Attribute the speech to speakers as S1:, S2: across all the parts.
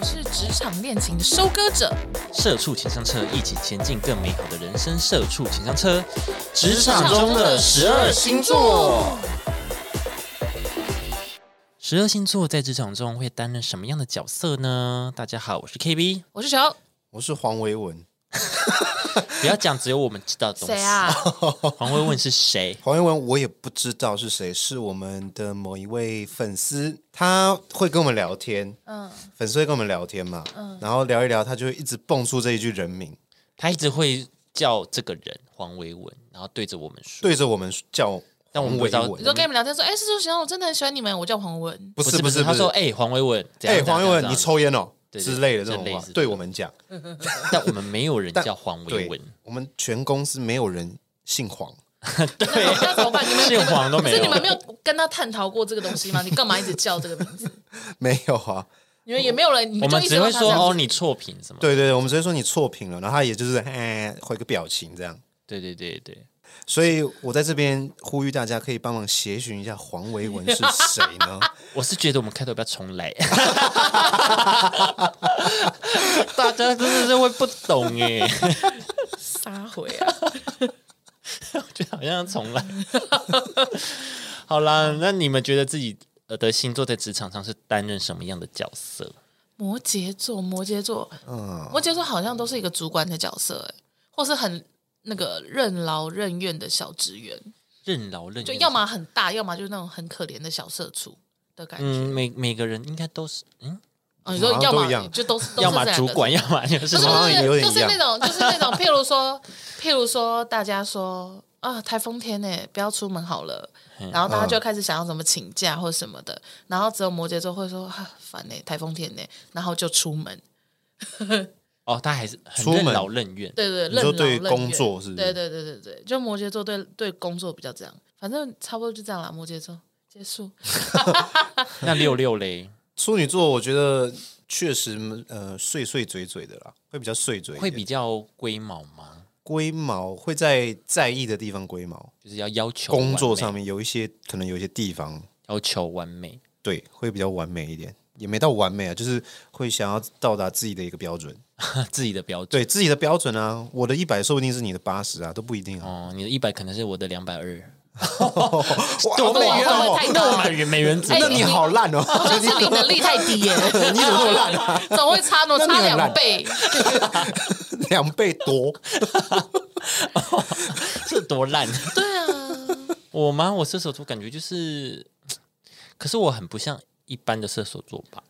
S1: 我是职场恋情的收割者，
S2: 社畜情商车，一起前进更美好的人生。社畜情商车，职
S1: 场中的12星座。
S2: 十二星座在职场中会担任什么样的角色呢？大家好，我是 KB。
S1: 我是球，
S3: 我是黄维文，
S2: 不要讲只有我们知道的东西。
S1: 谁 啊？
S2: 黄慧问是谁？
S3: 黄维文我也不知道是谁，是我们的某一位粉丝，他会跟我们聊天，
S1: 嗯，
S3: 粉丝会跟我们聊天嘛，然后聊一聊，他就会一直蹦出这一句人名，
S2: 他一直会叫这个人黄维文，然后对着我们说。
S3: 对着我们叫
S2: 但我们
S3: 黄
S2: 不
S3: 维
S2: 知道
S3: 文
S1: 你，说跟你们聊天说，哎，是说行，我真的很喜欢你们，我叫黄 文，
S3: 不
S2: 不
S3: 是
S2: 不
S3: 是
S2: 他
S3: 不
S2: 说
S3: 是，
S2: 哎、黄维文，怎样
S3: 哎，黄维文，你，
S2: 怎样
S3: 抽烟哦
S2: 对
S3: 之类的这种
S2: 这类
S3: 话
S2: 似的，
S3: 对我们讲，
S2: 怎样但我们没有人
S3: 但
S2: 叫黄维
S3: 对
S2: 文，，
S3: 我们全公司没有人姓黄，
S2: 对，
S1: 那怎么办？你们
S2: 姓黄都
S1: 可
S2: 没
S1: 啊 是
S2: 有，
S1: 你们没有跟他探讨过这个东西吗？你干嘛一直叫这个 名字？
S3: 没有啊，
S1: 你们也没有人，你
S2: 我们
S1: 就一直
S2: 只会
S1: 让他
S2: 说
S1: 这样
S2: 哦，
S1: 子
S2: 你错评什么？
S3: 对对对，我们直接说你错评了，然后他也就是哎回个表情这样。
S2: 对对对对，
S3: 所以我在这边呼吁大家，可以帮忙协寻一下黄维文是谁呢？
S2: 我是觉得我们开头要不要重 来？大家真的是会不懂耶，
S1: 撒回啊！
S2: 就好像重 来。好啦，那你们觉得自己呃的星座在职场上是担任什么样的角色？
S1: 摩羯座，摩羯座，
S3: 嗯，
S1: 摩羯座好像都是一个主管的角色，哎，或是很那个任劳任怨的小职员，
S2: 任劳任怨，
S1: 就要么很大，要么就是那种很可怜的小社畜的感觉。
S2: 嗯，每每个人应该都是嗯，
S1: 哦，你说
S3: 好像
S1: 要
S3: 都一
S1: 么
S3: 样
S1: 就都是，都是
S2: 要么
S1: 这两
S2: 主
S1: 个
S2: 管，要么就
S1: 不是不是
S2: 是
S3: 好像也有点
S1: 就是
S3: 一
S1: 那
S3: 样
S1: 种就是那种，譬如说，譬如说，大家说啊，台风天呢，不要出门好了。然后大家
S3: 嗯
S1: 就开始想要怎么请假或什么的，然后只有摩羯座会说啊烦呢、台风天呢、欸然后就出门。
S2: 哦，他还是很
S3: 出门
S2: 任劳任怨。
S1: 对对，任
S3: 你
S1: 劳
S3: 说对于
S1: 任怨
S3: 工作是不是
S1: 对对对对对，就摩羯座对对工作比较这样，反正差不多就这样啦。摩羯座结束，
S2: 那六六嘞，
S3: 处女座我觉得确实呃碎碎嘴嘴的啦，会比较碎嘴一点，
S2: 会比较龟毛吗？
S3: 龟毛，会在在意的地方龟毛，
S2: 就是要要求
S3: 工作
S2: 完美
S3: 上面有一些可能有一些地方
S2: 要求完美。
S3: 对会比较完美一点，也没到完美啊，就是会想要到达自己的一个标准，
S2: 自己的标准。
S3: 对自己的标准啊，我的一百说不定是你的八十啊，都不一定啊。
S2: 哦，你的一百可能是我的两百二，
S3: 哇
S2: 多
S3: 美元
S1: 哇
S3: 哦，
S1: 太高了，
S2: 元美元值
S1: 哎
S3: 那
S1: 你
S3: 你好烂哦，
S1: 就是你能力太低耶、你 怎么那么烂、总会差那么
S3: 那你
S1: 差
S3: 很
S1: 两
S3: 烂
S1: 倍。
S3: 两倍多。
S2: 这多烂！
S1: 对啊，
S2: 我吗？我射手座感觉就是，可是我很不像一般的射手座吧？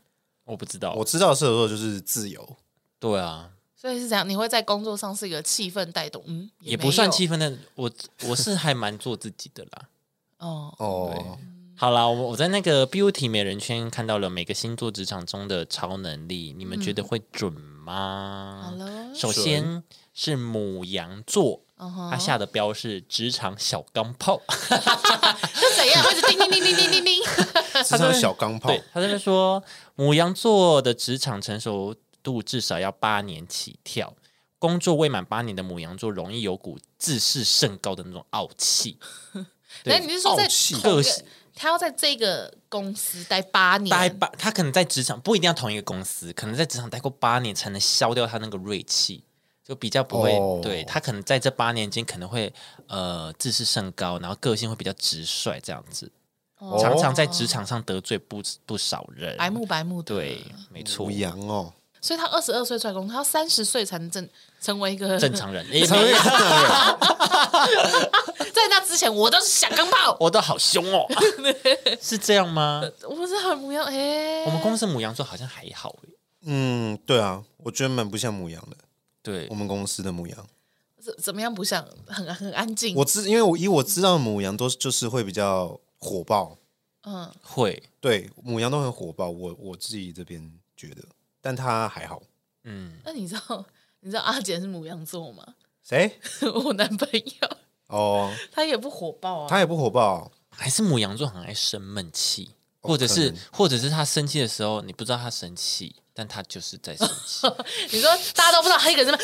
S2: 我不知道，
S3: 我知道射手座就是自由，
S2: 对啊，
S1: 所以是这样，你会在工作上是一个气氛带动，嗯，
S2: 也不算气
S1: 氛
S2: 氛，但我我是还蛮做自己的啦。
S1: 哦。
S3: 哦，
S2: 好啦，我我在那个 Beauty 美人圈看到了每个星座职场中的超能力，你们觉得会准
S1: 好
S2: 吗？
S1: 了，
S2: 首先是母羊座，
S1: 嗯
S2: 它
S1: 哼，
S2: 下的标是职场小钢炮。
S1: 是怎样？一直叮叮叮叮叮叮叮，
S3: 职场小钢炮
S2: 对，他在那边说，母羊座的职场成熟度至少要八年起跳。工作未满八年的母羊座容易有股自视甚高的那种傲气， 对
S1: 那你是说在
S3: 傲气
S1: 同一
S2: 个
S1: 个
S2: 性，
S1: 他要在这个公司待八年？
S2: 待八他可能在职场不一定要同一个公司，可能在职场待过八年才能消掉他那个锐气，就比较不会、
S3: 哦
S2: 对他可能在这八年间可能会呃自视甚高，然后个性会比较直率这样子，
S1: 哦
S2: 常常在职场上得罪不不少人。
S1: 白目白目的，
S2: 对，没错
S3: 母，羊哦，
S1: 所以他二十二岁出来工作，他三十岁才能正成为一个
S2: 正。常人，也
S3: 常
S2: 没有
S3: 人正常人
S1: 在那之前，我都是小钢炮，
S2: 我都好凶哦， 是这样吗？
S1: 我不是很不要哎。
S2: 我们公司母羊座好像还好欸诶，
S3: 嗯，对啊，我觉得蛮不像母羊的，
S2: 对
S3: 我，们公司的母羊。
S1: 怎怎么样不像很很安静？
S3: 我知，因为我以我知道的母羊都是就是会比较火爆，
S1: 嗯，
S2: 会，
S3: 对，母羊都很火爆。我我自己这边觉得，但他还好。
S2: 嗯，
S1: 那你知道你知道阿简是母羊座吗？
S3: 谁？
S1: 我男朋友，
S3: 哦，
S1: 他也不火爆啊。
S3: 他也不火爆，
S2: 还是母羊座很爱生闷气，
S3: 哦
S2: 或者是
S3: 可能
S2: 或者是他生气的时候，你不知道他生气，但他就是在生气，
S1: 你说大家都不知道他一个人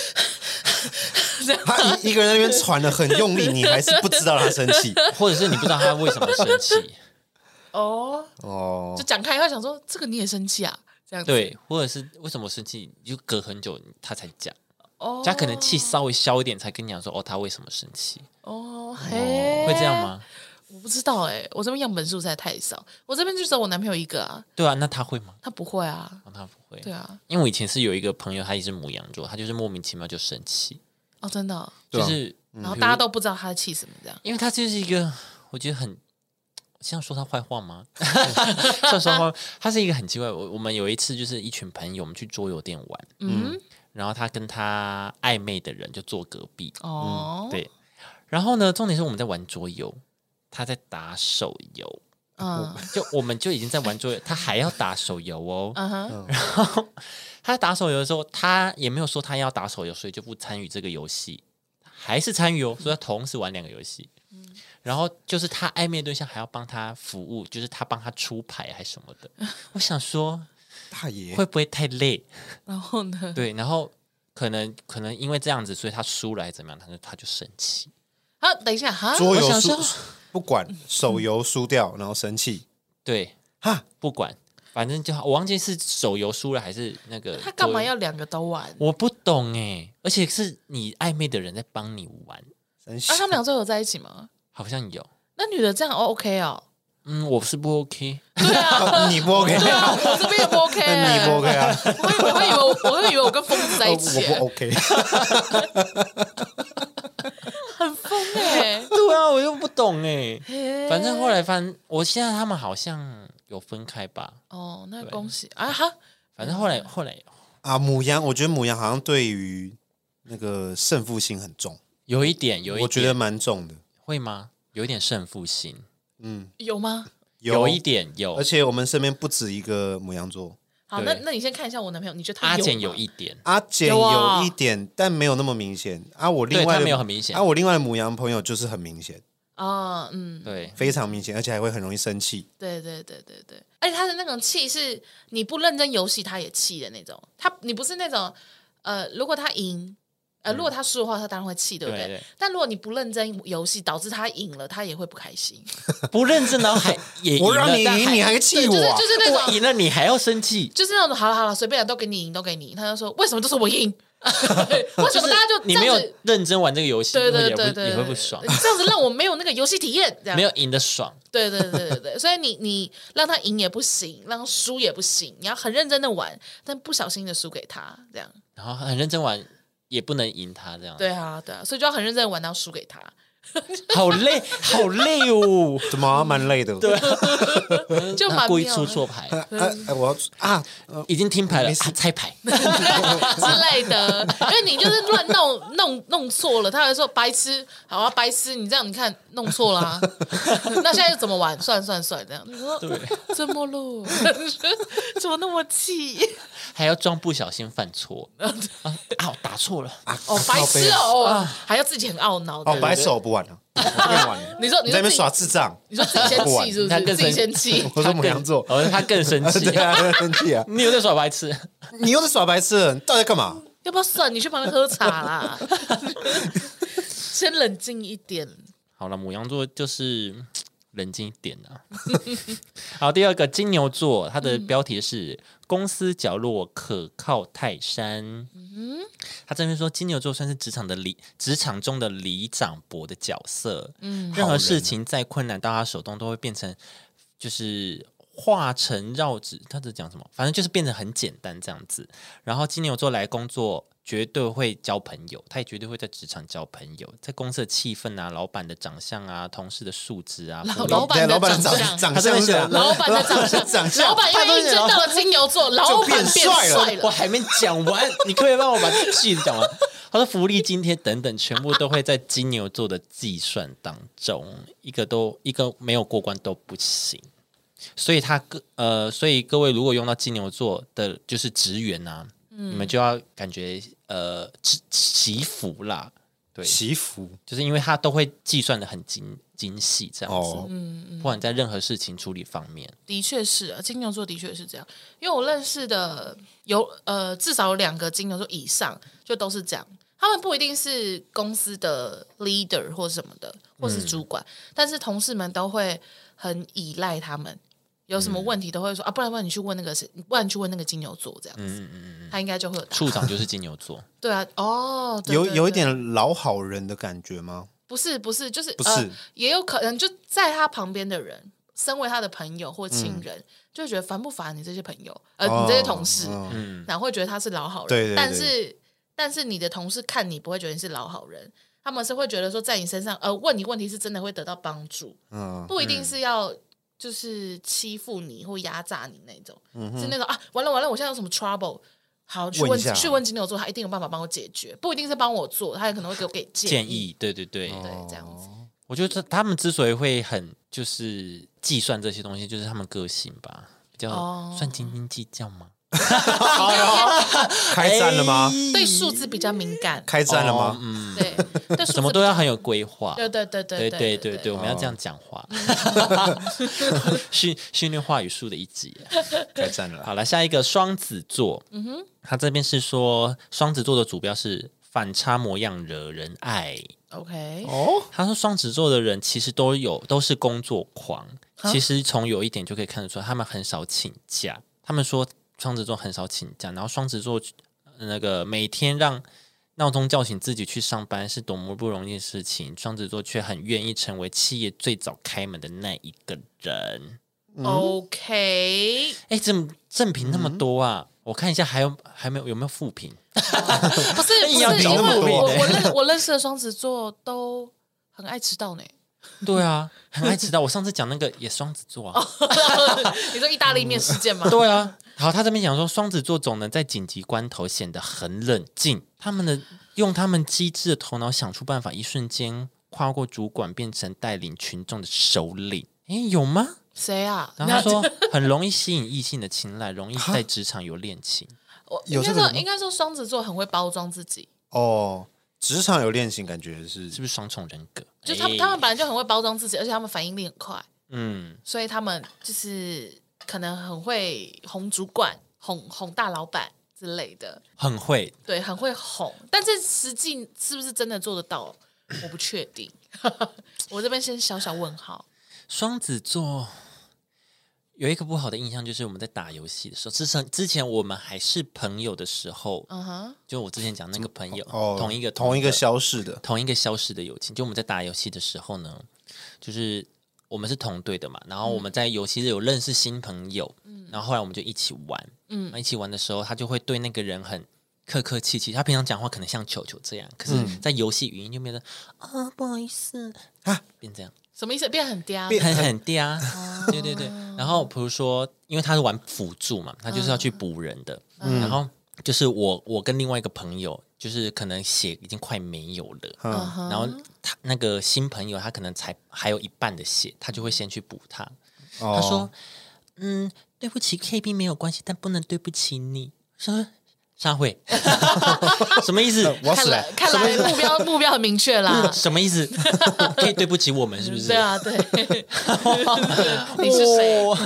S1: 在
S3: 他一一个人在那边喘的很用力，你还是不知道他生气。
S2: 或者是你不知道他为什么生气，
S1: 哦，
S3: 哦
S1: 就，讲开以后想说这个你也生气啊，这样子
S2: 对，或者是为什么生气，你就隔很久他才讲，
S1: 哦，
S2: 他可能气稍微消一点才跟你讲说哦，他为什么生气，
S1: 哦，嘿，
S2: 会这样？吗？
S1: 我不知道哎、我这边样本数实在太少，我这边就只有我男朋友一个啊，
S2: 对啊，那他会吗？
S1: 他不会啊，
S2: 哦、他不会，
S1: 对啊，
S2: 因为我以前是有一个朋友，他也是母羊座，他就是莫名其妙就生气，
S1: 哦，真的哦、
S3: 对
S2: 就
S3: 啊
S2: 是、
S1: 然后大家都不知道他在气什么这样。
S2: 因为他就是一个，我觉得很这样说他坏话吗？ 这样说他坏话，他是一个很奇怪。我我们有一次就是一群朋友，我们去桌游店玩，
S1: 嗯，
S2: 然后他跟他暧昧的人就坐隔壁，
S1: 哦，
S2: 嗯对。然后呢，重点是我们在玩桌游，他在打手游，
S1: 嗯
S2: 就我们就已经在玩桌游，他还要打手游哦。
S1: 嗯哼，
S2: 他打手游的时候，他也没有说他要打手游，所以就不参与这个游戏，还是参与哦，所以他同时玩两个游戏。然后就是他暧昧对象还要帮他服务，就是他帮他出牌还什么的。我想说，
S3: 大爷
S2: 会不会太 累？
S1: 然后呢？
S2: 对，然后可能可能因为这样子，所以他输了还是怎么样，他就他就生气。
S1: 啊，等一下哈，
S3: 桌
S2: 我
S3: 游
S2: 想
S3: 输
S2: 说
S3: 不管，手游输掉然后生气，
S2: 对，
S3: 哈，
S2: 不管，反正就好我忘记是手游输了还是那个
S1: 他干
S2: 桌
S1: 嘛
S2: 游？
S1: 要两个都玩？啊，
S2: 我不懂哎、而且是你暧昧的人在帮你玩，
S3: 生气
S1: 啊他们俩最后有在一起吗？
S2: 好像有。
S1: 那女的这样哦 OK 哦，
S2: 嗯，我是不 OK。
S3: 啊 你不 OK
S1: 对啊，
S3: 啊，
S1: 我这边也不 OK，
S3: 你不 OK 啊，
S1: 我以为我以为我我会以为我跟疯子在
S3: 我
S1: 一起，
S2: 哦
S3: 不 OK，
S1: 很疯哎，
S2: 对啊，我又不懂哎、
S1: 嘿
S2: 反正后来翻，我现在他们好像有分开吧。
S1: 哦，那恭喜啊哈，
S2: 反正后来后来
S3: 啊，母羊，我觉得母羊好像对于那个胜负心很重，
S2: 有一点，有一点，
S3: 我觉得蛮重的，
S2: 会吗？有一点胜负心，
S3: 嗯，
S1: 有吗？
S2: 有一，点有
S3: 而。且我们身边不止一个母羊座，
S1: 好，
S2: 对
S1: 那那你先看一下我男朋友，你觉得他
S2: 阿简
S1: 有
S2: 有
S1: 吗
S2: 一点，
S3: 阿简
S1: 有啊
S3: 有一点，但没有那么明显啊。我另
S2: 对
S3: 外
S2: 他
S3: 的
S2: 没有很明显
S3: 啊，。我另外的母羊朋友就是很明显，
S1: 啊？嗯，
S2: 对，
S3: 非常明显，而且还会很容易生气。
S1: 对对对对对，而且他的那种气是你不认真游戏他也气的那种，他你不是那种呃，如果他赢。呃，如果他输的话，他当然会气，对不对？
S2: 嗯对对
S1: 但如果你不认真游戏，导致他赢了，他也会不开心。
S2: 不认真，然后还也赢
S3: 我
S2: 了
S3: 让你
S2: 但
S3: 赢，你还
S1: 对，
S3: 气
S1: 就是
S3: 我啊
S1: 就？是那
S2: 我
S1: 种，
S2: 赢了，你还要生气？
S1: 就是那种，好了好了，随便了，啊都给你赢，都给你赢。他就说，为什么都是我 赢？ 为什么大家就这
S2: 你没有
S1: 样子？
S2: 认真玩这个游戏，
S1: 对对
S2: 也
S1: 对
S2: 会
S1: 对对，
S2: 也会不爽，
S1: 这样子让我没有那个游戏体验，这样
S2: 没有赢的爽。
S1: 对对对对对，所以你你让他赢也不行，让他输也不行，你要很认真的玩，但不小心的输给他，这样。
S2: 然后很认真玩，也不能赢他这样，
S1: 对啊，对啊，所以就要很认真的玩，然后输给他。
S2: 好累，好累 哦。
S3: 怎么啊蛮累的？对，
S1: 就
S2: 那
S1: 蛮
S2: 故意
S1: 妙的
S2: 出 错牌，
S1: 嗯
S3: 哎，我要啊，呃
S2: 已经听牌了，
S3: 没事
S2: 啊猜牌。
S1: 之类的，因为你就是乱弄 弄弄错了，他会说白痴，好啊，白痴，你这样你看弄错了、啊， 那现在又怎么玩？算算算，这样你说
S2: 对，
S1: 这么路 怎么那么气？
S2: 还要装不小心犯 错啊！啊我打错了，
S1: 哦，白痴哦，哦还要自己很懊恼。对
S3: 哦，
S1: 不对
S3: 白手不 玩了，我不跟你玩了。
S1: 你说你
S3: 你
S1: 说自
S3: 在那边
S1: 己
S3: 耍智障，
S1: 你说自己先气是不
S2: 他
S1: 是？
S2: 更
S1: 自己
S2: 生
S1: 先气。
S3: 我
S2: 他
S3: 说母羊座，
S2: 哦，他更生气
S3: 对。啊，生气啊！
S2: 你有在耍白痴？
S3: 你又在耍白痴了，你到底在干嘛？
S1: 要不要算？你去旁边喝茶啦，先冷静一点。
S2: 好了，母羊座就是冷静一点啊。 好，第二个金牛座，它的标题是“公司角落可靠泰山”。他这边说，金牛座算是职场的里职场中的里长伯的角色。嗯，任何事情再困难到他手中，都会变成就是化成绕指。他在讲什么？反正就是变得很简单这样子。然后金牛座来工作，绝对会交朋友，他也绝对会在职场交朋友，在公司的气氛啊、老板的长相啊、同事的素质 啊、
S1: 老
S2: 福利
S1: 老板的
S3: 老板
S1: 长
S3: 长
S1: 相
S3: 长相是怎样
S1: 老板的长相，
S3: 长相，
S1: 老板因为应征到了金牛座，老板变帅
S3: 就变
S2: 我
S1: 了。
S2: 还没讲完，你可以帮我把句子讲完。他说福利津贴等等，全部都会在金牛座的计算当中，一个都一个没有过关都不行。所以他各呃，所以各位如果用到金牛座的，就是职员啊，你
S1: 嗯
S2: 们就要感觉呃祈祈福啦，对，
S3: 祈福
S2: 就是因为他都会计算的很精精细这样子，
S3: 哦，
S2: 不管在任何事情处理方面，
S1: 的确是啊，金牛座的确是这样，因为我认识的有呃至少有两个金牛座以上，就都是这样。他们不一定是
S3: 嗯
S1: 公司的 leader 或什么的，或是主管，但是同事们都会很依赖他们，有什么
S3: 嗯
S1: 问题都会说、啊，不然不然你去问那个谁，不然你去问那个金牛座这样子，
S3: 嗯
S1: 他应该就会有答案。
S2: 处长就是金牛座，
S1: 对啊，哦，对
S3: 有
S1: 对
S3: 有一
S1: 对
S3: 点老好人的感觉吗？
S1: 不是不是，就是
S3: 不是
S1: 呃，也有可能就在他旁边的人，身为他的朋友或亲人，就会觉得烦不烦你这些朋友，呃，
S3: 嗯哦
S1: 你这些同事，
S3: 哦
S2: 嗯，
S1: 然后会觉得他是老好人，
S3: 对对对
S1: 但是但是你的同事看你不会觉得你是老好人，他们是会觉得说在你身上，呃，问你问题是真的会得到帮助，
S3: 嗯，
S1: 不一定是要。就是欺负你或压榨你那种，是那种啊，完了完了，我现在有什么 trouble，好去
S3: 嗯问一
S1: 问
S3: 下
S1: 去问金牛座，他一定有办法帮我解决，不一定是帮我做，他也可能会给我给
S2: 建议，对对对，
S3: 哦
S1: 对，这样子。
S2: 我觉得他们之所以会很就是计算这些东西，就是他们个性吧，比较
S1: 哦
S2: 算斤斤计较吗？
S3: 开战了吗？
S2: 哎
S1: 对数字比较敏感，
S3: 开战了
S2: 哦
S3: 吗？
S2: 嗯，
S1: 对，对数字
S2: 什么都要很有规划
S1: 比。较，对对对
S2: 对对
S1: 对
S2: 对对，
S1: 对，
S2: 我
S3: 哦
S2: 们要这样讲话， 训训练话语术的一集。
S3: 开战了。
S2: 好了，下一个双子座，嗯哼，他这边是说双子座的主标是反差模样惹人爱。
S1: OK，
S3: 哦，
S2: 他说双子座的人其实都有都是工作狂，其实从有一点就可以看得出来，他们很少请假。他们说双子座很少请假，然后双子座呃那个每天让闹钟叫醒自己去上班是多么不容易的事情，双子座却很愿意成为企业最早开门的那一个人。
S1: OK，
S2: 哎，怎么正评那么
S1: 嗯
S2: 多啊？我看一下还有还没有有没有负 评？
S1: 不是不是，
S2: 硬
S1: 因
S2: 要
S1: 为
S2: 讲
S3: 那么多
S1: 我我我认我认识的双子座都很爱迟到呢。
S2: 对啊，很爱迟到。我上次讲那个也双子座
S1: 哦
S2: 啊。
S1: 你说意大利面事件吗？
S2: 对啊，好，他这边讲说，双子座总能在紧急关头显得很冷静，他们的用他们机智的头脑想出办法，一瞬间跨过主管，变成带领群众的首领。诶，有吗？
S1: 谁啊？
S2: 然后他说，很容易吸引异性的青睐，容易在职场有恋情。
S1: 我应
S3: 有
S1: 该
S3: 这个
S1: 说
S3: 人吗
S1: 应该说双子座很会包装自己，
S3: 哦，职场有恋情，感觉是
S2: 是不是双重人格？
S1: 就是他们
S2: 诶
S1: 他们本来就很会包装自己，而且他们反应力很快，
S2: 嗯，
S1: 所以他们就是可能很会哄主管、哄哄大老板之类的。
S2: 很会，
S1: 对，很会哄，但是实际是不是真的做得到，我不确定。 我这边先小小问号。
S2: 双子座有一个不好的印象，就是我们在打游戏的时候，之前之前我们还是朋友的时候，
S1: 嗯哼，
S2: 就我之前讲那个朋友，
S3: 哦，
S2: 同一个
S3: 同一个消逝的，
S2: 同一个消失的友情。就我们在打游戏的时候呢，就是我们是同队的嘛，然后我们在游戏里有认识新朋友，然后后来我们就一起玩，嗯，一起玩的时候，他就会对那个人很。客客气气，他平常讲话可能像球球这样，可是，在游戏语音就变得、啊，不好意思啊，变这样，
S1: 什么意思？变很嗲？
S3: 变
S2: 很很嗲，对对对。然后比如说，因为他是玩辅助嘛，他就是要去补人的。然后就是我我跟另外一个朋友，就是可能血已经快没有了，
S1: 嗯哼，
S2: 然后他那个新朋友他可能才还有一半的血，他就会先去补他。
S3: 哦
S2: 他说：“嗯，对不起，KB 没有关系，但不能对不起你。”说沙会什么意思？。
S3: 我
S1: 看
S3: 死了
S1: 来，看来目标目标很明确啦
S2: 什么意思？可以对不起我们是不是？
S1: 对啊，对，你是谁？
S2: 哇？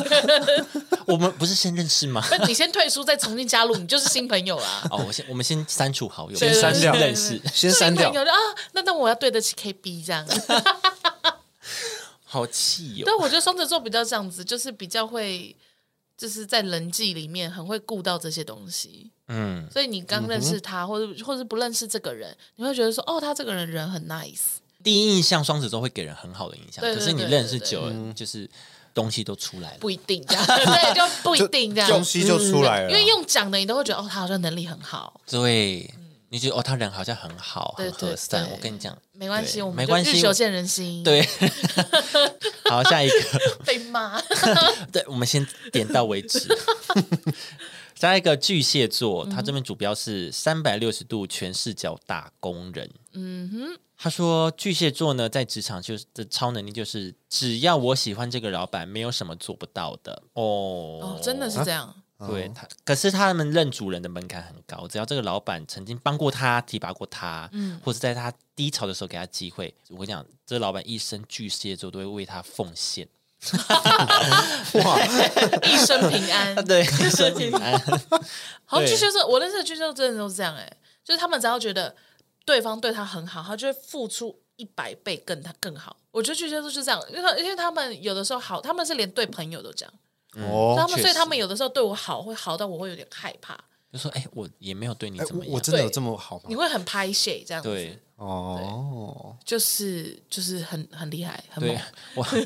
S2: 我们不是先认识吗？
S1: 那你先退出，再重新加入，你就是新朋友 啦。
S2: 哦，我先我们先删除好友，
S1: 对
S3: 先删掉
S2: 认 识。
S3: 先删掉
S1: 新朋友就啊，那那我要对得起 KB 这样。
S2: 好气哦！
S1: 对，我觉得双子座比较这样子，就是比较会，就是在人际里面很会顾到这些东西。
S2: 嗯，
S1: 所以你刚认识他，或者或者不认识这个人，你会觉得说，哦，他这个人人很 nice，
S2: 第一印象双子座会给人很好的印象，
S1: 对
S2: 可是你
S1: 对对
S2: 认识
S1: 对对
S2: 久了，就是东西都出来了。
S1: 不一定这样， 对，就不一定这
S3: 东
S1: 样，嗯
S3: 西就出来了，
S1: 因为用讲的你都会觉得，哦，他好像能力很好，
S2: 对，你觉得哦，他人好像很好，
S1: 对
S2: 很和
S1: 对
S2: 善。
S1: 对
S2: 我跟你讲，
S1: 没关系，
S2: 对
S1: 我们
S2: 没
S1: 就
S2: 关系
S1: 日久见人心，，
S2: 对。好，下一个，
S1: 被骂，
S2: 对，我们先点到为止。 下一个巨蟹座，他这边主标是三百六十度全视角打工人。嗯哼，他说巨蟹座呢，在职场就是的超能力就是，只要我喜欢这个老板，没有什么做不到的。哦，
S1: 哦，真的是
S3: 啊
S1: 哦这样，
S2: 对他，可是他们认主人的门槛很高，只要这个老板曾经帮过他、提拔过他，
S1: 嗯
S2: 或者在他低潮的时候给他机会，我跟你讲，这个老板一生巨蟹座都会为他奉献，
S1: 一生平 安，
S2: 对， 一生平安。
S1: 好像
S2: 对
S1: 巨蟹座，我认识的巨蟹座真的都是这样、欸，哎，就是他们只要觉得对方对他很好，他就会付出一百倍更他更好。我觉得巨蟹座是这样，因为因为他们有的时候好，他们是连对朋友都这样，
S3: 哦
S1: 他们
S2: 确
S1: 所以他
S2: 实
S1: 们有的时候对我好会好到我会有点害怕，
S2: 就说哎、我也没有对你
S3: 哎
S2: 怎么
S3: 我
S2: 样，
S3: 我真的有
S1: 对
S3: 这么好吗
S1: 你？会很拍谢这样子，
S2: 对
S3: 哦，
S1: 就是就是很很厉害，很猛
S2: 对。，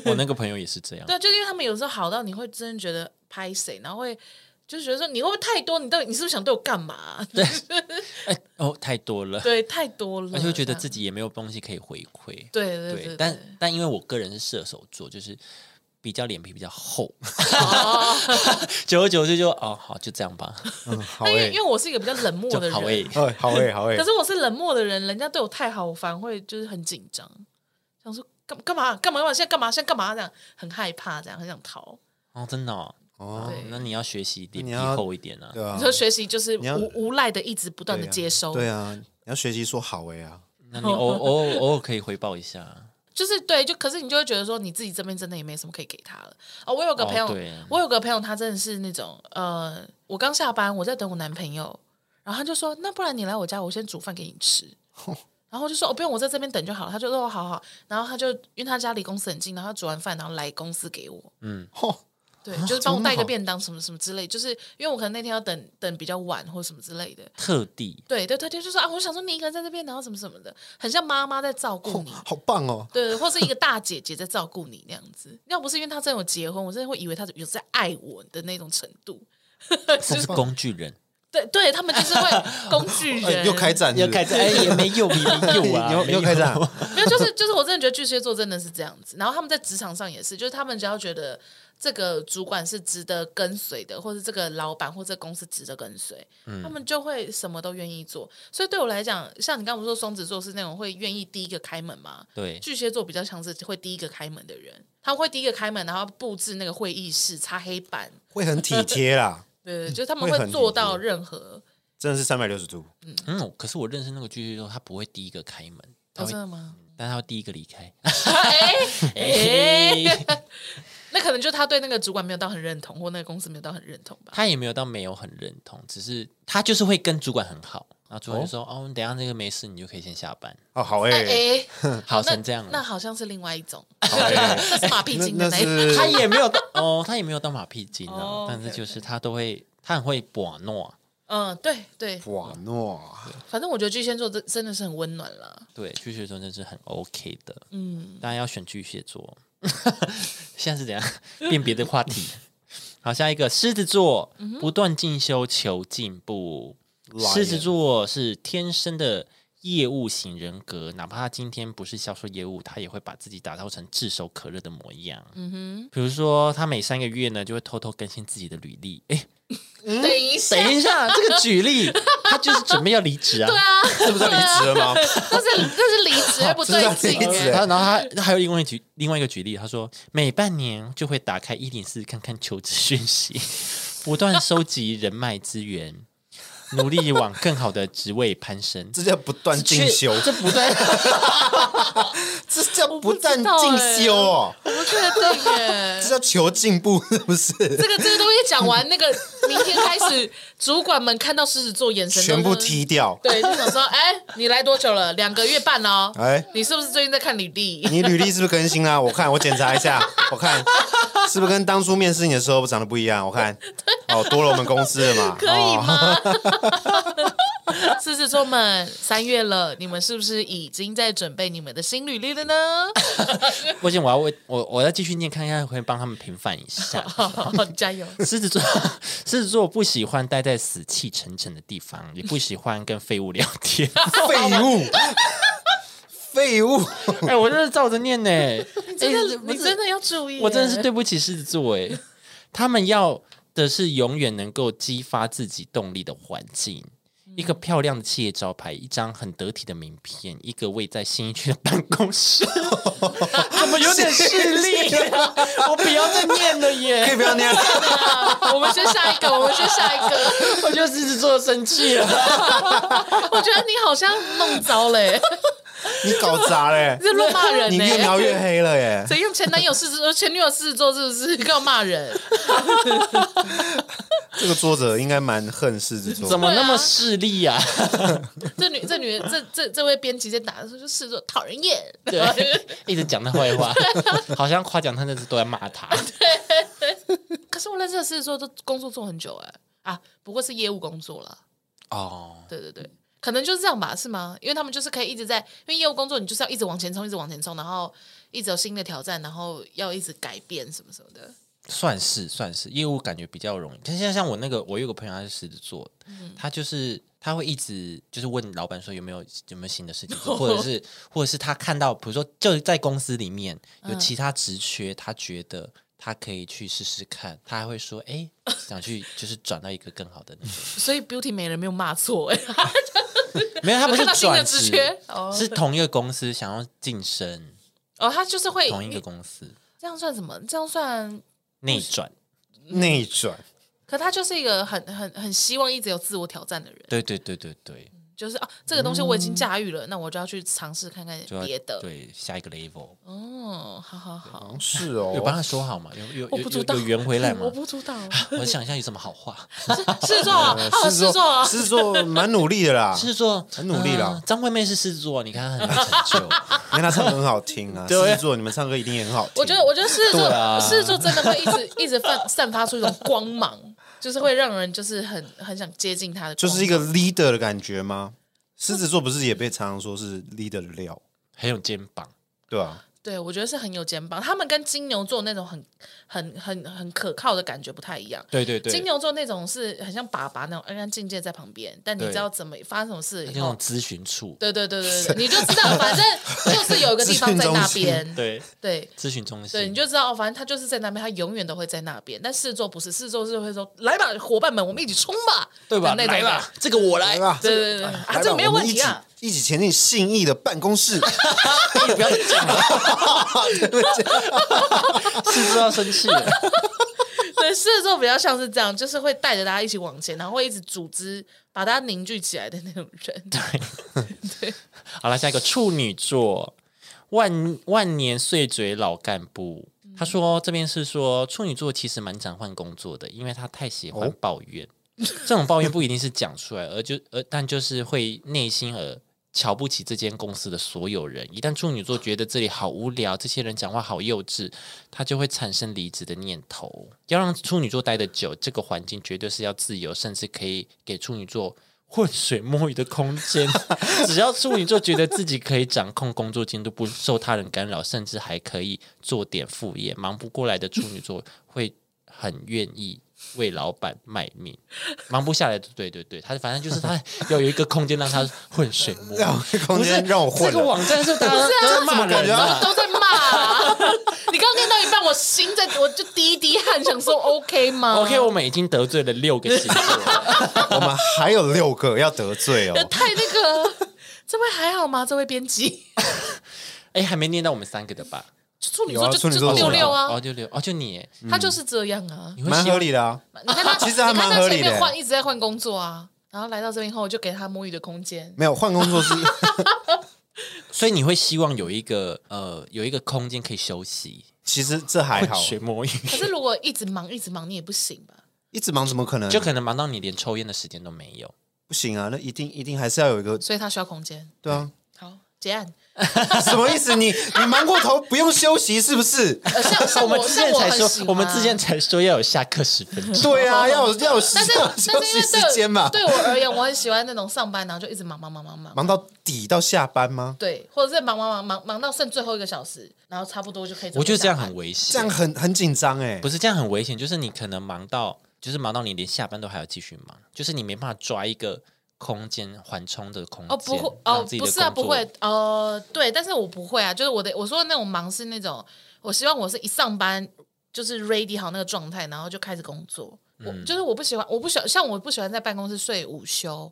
S2: 我我那个朋友也是这样，
S1: 对，就因为他们有时候好到你会真的觉得拍谁，然后会就是觉得说你会不会太多？你到底你是不是想对我干嘛、 对
S2: 哎、哦，太多了，
S1: 太多了，
S2: 而且会觉得自
S1: 己
S2: 己也没有东西可以回馈，
S1: 对对对
S2: 对
S1: 对，
S2: 但但因为我个人是射手座，就是比较脸皮比较厚，
S1: 哦
S2: 久而久之就哦好就这样吧，
S3: 嗯，好
S1: 但因为
S3: 诶
S1: 因，为我是一个比较冷漠
S2: 欸就
S1: 的
S2: 好欸
S1: 人
S2: 诶，，
S3: 哎好诶，好诶
S1: 可，是我是冷漠的人，人家对我太好，我反而会就是很紧张，想说干干嘛干嘛干嘛，现在干嘛现在干嘛这样，很害怕这样，很想逃。
S2: 哦真的、哦，
S3: 哦，
S1: 对
S2: 那你要学习脸
S3: 你
S2: 皮
S3: 要
S2: 厚一点啊，
S3: 对啊
S1: 你，说学习就是
S3: 你要
S1: 无无赖的一直不断的
S3: 对啊
S1: 接收，
S3: 对啊，你要学习说好诶啊，
S2: 那你 偶偶尔偶尔可以回报一下，
S1: 就是对，就可是你就会觉得说你自己这边真的也没什么可以给他了。哦，我有个朋友，
S2: 哦对
S1: 我有个朋友，他真的是那种呃，我刚下班，我在等我男朋友，然后他就说，那不然你来我家，我先煮饭给你 吃。然后我就说哦，不用，我在这边等就好了。他就说哦，好好。然后他就因为他家离公司很近，然后他煮完饭，然后来公司给我。
S3: 吼，
S1: 对，就是帮我带一
S3: 这
S1: 个
S3: 么好
S1: 便当什么什么之类，就是因为我可能那天要等等比较晚或什么之类的。
S2: 特 地
S1: 对对，他就就说啊，我想说你一个人在这边，然后什么什么的，很像妈妈在照顾你。
S3: 好棒哦，
S1: 对，或是一个大姐姐在照顾你那样子。要不是因为她真的有结婚，我真的会以为她有在爱我的那种程度。
S2: 这是工具 人，
S1: 对对，他们就是会工具
S3: 哎
S1: 人，
S3: 又开战是
S2: 要
S3: 不是，
S2: 开始哎也没有，也没 有啊，
S3: 又
S2: 没
S3: 又
S2: 有
S3: 开战，
S1: 没有，就是就是，我真的觉得巨蟹座真的是这样子。然后他们在职场上也是，就是他们只要觉得这个主管是值得跟随的，或是这个老板或这个公司值得跟随，
S3: 嗯
S1: 他们就会什么都愿意做。所以对我来讲，像你刚不是说双子座是那种会愿意第一个开门吗？
S2: 对
S1: 巨蟹座比较像是会第一个开门的人，他会第一个开门，然后布置那个会议室、擦黑板，
S3: 会很体贴啦，
S1: 对，就是他们
S3: 嗯会
S1: 会
S3: 很
S1: 做
S3: 体贴
S1: 到任何。哦
S3: 真的是三百六十度，
S2: 嗯，可是我认识那个巨蟹座，他不会第一个开门，他
S1: 哦，
S2: 会
S1: 真的 吗？
S2: 但他会第一个离开，
S1: 哎
S2: 嘿
S1: 哎，那可能就他对那个主管没有到很认同，或那个公司没有到很认同吧。
S2: 他也没有到没有很认同，只是他就是会跟主管很好，然后主管就说：“哦，你等一下那个没事，你就可以先下班。
S3: 哦，好
S1: 哎
S3: 诶，
S1: 哎，
S2: 好
S1: 那
S2: 成这
S3: 啊
S2: 样
S1: 那
S2: 了，
S1: 好像是另外一种，
S3: 好 诶，
S1: 这是马屁精的那
S3: 哎那那
S1: 一种。
S3: 是
S2: 他也没有到哦，他也没有到马屁精啊，
S1: 哦
S2: 但是
S1: OK，OK
S2: 就是他都会，他很会把啊诺，
S1: 嗯，对对，
S3: 瓦诺，
S1: 反正我觉得巨蟹座真真的是很温暖啦。
S2: 对，巨蟹座真是很 OK 的，嗯，大家要选巨蟹座， 现在是怎样 辨别的话题？好，下一个狮子座，不断进修求进步。
S3: Lion
S2: 狮子座是天生的业务型人格，哪怕他今天不是销售业务，他也会把自己打造成炙手可热的模样。嗯哼，比如说他每三个月呢，就会偷偷更新自己的履 历。哎，
S3: 嗯
S1: 等一下，
S2: 等一下，这个举例，他就是准备要离 职啊。
S1: 对啊，
S3: 是不是要离职 了吗？
S1: 这是这是离职又不对
S3: 这是
S1: 劲
S3: 离
S1: 哎。
S3: 职
S2: 他然后他他还有另外一举另外一个举例，他说每半年就会打开一零四看看求职讯息， 不断收集人脉资源，努力往更好的职位攀升。
S3: 这叫不断进修，
S2: 这 不对，
S3: 这叫不断
S1: 我不知道
S3: 进
S1: 欸
S3: 修哦，
S1: 我不确定耶
S3: 这，叫求进步，是不是？
S1: 这个这个东西讲完，那个明天开始，主管们看到狮子座眼神都是
S3: 全部踢掉。
S1: 对，就想说，哎、你来多久了？两个月半了哦。
S3: 哎
S1: 你是不是最近在看履 历？
S3: 你履历是不是更新啦、我看，我检查一下，我看是不是跟当初面试你的时候长得不一样？我看，哦，多了我们公司了嘛。 哦
S1: 可以吗？狮子座们，三月了，你们是不是已经在准备你们的新履历了呢？
S2: 不行，我要为我我要继续念，看看会帮他们平反一下。
S1: 哦加油！
S2: 狮子座，狮子座不喜欢待在死气沉沉的地方，也不喜欢跟废物聊天。
S3: 哦，废物，废物，
S2: 哎、我真的照着念呢、你
S1: 真的，哎你真的要注意耶，
S2: 我真的是对不起狮子座哎，他们要的是永远能够激发自己动力的环境。一个漂亮的企业招牌，一张很得体的名片，一个位在新一区的办公室，怎么有点势利、啊？我不要再念了
S3: 可 以
S2: 耶！
S3: 不要那样。
S1: 啊。我们先下一个，我们先下一个。
S2: 我觉得狮子座生气了。
S1: 我觉得你好像弄糟了耶，
S3: 你搞砸嘞、
S1: 这乱骂人
S3: 你
S1: 呢、
S3: 越描越黑了耶、
S1: 谁用前男友狮子，呃前女友狮子座是不是？ 干嘛骂人？
S3: 这个作者应该蛮恨狮子座
S2: 怎
S3: 的，
S2: 么那
S1: 对
S2: 么
S1: 啊
S2: 势利呀、啊？
S1: 这女这女这这这位编辑在打的时候就狮子座讨人厌，
S2: 对，一直讲他坏话，好像夸奖他那次都在骂他。
S1: 可是我认识的狮子座都工作做很久哎、啊，不过是业务工作啦。
S2: 哦，
S1: 对对对，可能就是这样吧，是吗？因为他们就是可以一直在，因为业务工作你就是要一直往前冲，一直往前冲，然后一直有新的挑战，然后要一直改变什么什么的。
S2: 算是算是，业务感觉比较容易。但现在像我那个，我有个朋友他是狮子座的，
S1: 嗯
S2: 他就是他会一直就是问老板说有没有有没有新的事情 做，或者是或者是他看到比如说就在公司里面
S1: 嗯
S2: 有其他职缺，他觉得。他可以去试试看，他还会说：“ 哎、想去就是转到一个更好的那种。
S1: 所以 Beauty 美人没有骂错哎、欸，”
S2: 没有，他不
S1: 有
S2: 是
S1: 看到新的
S2: 转
S1: 职
S2: 职
S1: 缺，哦
S2: 是同一个公司想要晋升，
S1: 哦，他就是会
S2: 同一个公司
S1: 这样算什么？这样算。
S2: 内转。
S3: 内转。
S1: 可他就是一个很很很希望一直有自我挑战的人，
S2: 对对对对对，
S1: 就是啊，这个东西我已经驾驭了，那我就要去尝试看看
S2: 就要
S1: 别的。
S2: 对下一个 level。
S1: 哦，好好好，
S3: 哦是
S2: 有帮
S3: 哦，
S2: 他说好吗？有有
S1: 我
S2: 有
S1: 不
S2: 有
S1: 知道
S2: 有圆回来 吗
S1: 哎我？不知道，
S2: 我想一下有什么好 话。
S1: 狮子座啊，哦，狮子座啊，
S3: 狮子座蛮努力的啦，
S2: 狮子座
S3: 很努力啦
S2: 嗯张惠妹是狮子座，你看她很有成就。
S3: 因为他唱歌很好听啊。狮
S2: 对
S3: 子座，你们唱歌一定也很好听。
S1: 我觉得，我觉得狮子座，
S2: 对啊
S1: 狮子座真的会一直 一直散散发出一种光芒，就是会让人就是很很想接近他的光芒，
S3: 就是一个 leader 的感觉吗？狮子座不是也被常常说是 leader 的料，
S2: 很有肩膀。
S3: 对吧、
S1: 对我觉得是很有肩膀。他们跟金牛座那种很很很很可靠的感觉不太一样。
S2: 对对
S1: 金
S2: 对，
S1: 牛座那种是很像爸爸那种哎安安静静在旁边，但你
S2: 对
S1: 知道怎么发生什么事
S2: 那
S1: 以
S2: 种
S1: 后，
S2: 咨询处，
S1: 对对对对对，你就知道，反正就是有一个地方在那边，
S2: 对
S1: 对
S2: 咨询中心，
S1: 对，你就知道，哦，反正他就是在那边，他永远都会在那边。但狮子座不是，狮子座是会说：“来吧，伙伴们，我们一起冲吧，
S2: 对
S1: 的
S2: 吧？
S1: 那种
S2: 来
S1: 的
S2: 吧，这个我来
S3: 来，吧，
S1: 对对对，
S3: 哎来
S1: 啊，
S3: 吧
S1: 这个没有
S3: 我们
S1: 问题啊。
S3: 一起一起前进信义的办 公室，
S2: 你不要再讲了，狮子座要生气了。
S1: 对，狮子座比较像是这样，就是会带着大家一起往前，然后会一直组织，把大家凝聚起来的那种 人。
S2: 好了，下一个处女座，万万年碎嘴老干部。
S1: 嗯
S2: 他说：“这边是说处女座其实蛮常换工作的，因为他太喜欢
S3: 哦
S2: 抱怨。这种抱怨不一定是讲出来，而就而但就是会内心而瞧不起这间公司的所有人。一旦处女座觉得这里好无聊，这些人讲话好幼稚，他就会产生离职的念头。要让处女座待得久，这个环境绝对是要自由，甚至可以给处女座。浑水摸鱼的空间， 只要处女座觉得自己可以掌控工作进度，不受他人干扰，甚至还可以做点副业，忙不过来的处女座会很愿意为老板卖命，忙不下来的。对对对，他反正就是他要有一个空间让他浑水摸
S3: 让
S2: 鱼。
S3: 空
S2: 不是
S3: 间让我混
S2: 这个
S3: 了。
S2: 网站是大家都在骂
S3: 感
S2: 人
S3: 觉
S2: 啊
S3: 啊！
S1: 都在骂 啊、你刚刚念到一半，我心在，我就滴一滴汗，想说 OK 吗
S2: OK，我们已经得罪了六个星座，
S3: 我们还有六个要得罪哦，
S1: 太那个了，这位还好吗？这位编辑，
S2: 哎，还没念到我们三个的吧？
S1: 处女
S3: 有
S1: 座
S3: 啊
S1: 就、
S3: 处女
S1: 就
S3: 座
S1: 六六
S2: 哦，
S1: 啊，
S2: 就六，哦，就你耶，
S3: 嗯
S1: 他就是这样啊。
S2: 你会
S3: 蛮
S2: 希望
S3: 合理的啊。
S1: 你看他，
S3: 其实还
S1: 你看
S3: 蛮
S1: 他
S3: 合理
S1: 前
S3: 的
S2: 欸
S1: 面换一直在换工作啊，然后来到这边后就给他摸鱼的空间。
S3: 没有换工作是，
S2: 所以你会希望有一个呃有一个空间可以休息，
S3: 其实这还好，
S2: 学 摸鱼，
S1: 可是如果一直忙一直忙，你也不行吧？
S3: 一直忙怎么可能？
S2: 就可能忙到你连抽烟的时间都没有。
S3: 不行啊，那一定一定还是要有一个
S1: 所以他需要空间。
S3: 对啊，
S1: 好，结案。
S3: 什么意思？你你忙过头不用休息是 不是？
S1: 呃像像
S2: 我们
S1: 我
S2: 之
S1: 像
S2: 前
S1: 我
S2: 才
S1: 很喜
S2: 说，
S1: 欢
S2: 我们之前才说要有下课十分钟，
S3: 对啊，要有要有
S1: 但是
S3: 休
S1: 但是因
S3: 息
S1: 为对
S3: 时间嘛，
S1: 对我而言，我很喜欢那种上班然后就一直忙忙忙忙忙，
S3: 忙到底到下班吗？
S1: 对，或者是忙忙忙忙忙到剩最后一个小时，然后差不多就可以。
S2: 我觉得这样很。危
S3: 这样
S2: 险。
S3: 很很紧张哎
S2: 不，是这样很危险，就是你可能忙到，就是忙到你连下班都还要继续忙，就是你没办法抓一个空间缓冲的空间，
S1: 哦，不会哦
S2: 让自，己的
S1: 不是啊，
S2: 工
S1: 不
S2: 作
S1: 会，哦，对，但是我不会啊，就是我的我说的那种忙是那种，我希望我是一上班就是 ready 好那个状态，然后就开始工作。我
S2: 嗯
S1: 就是我不喜欢，我不喜欢像我不喜欢在办公室睡午休，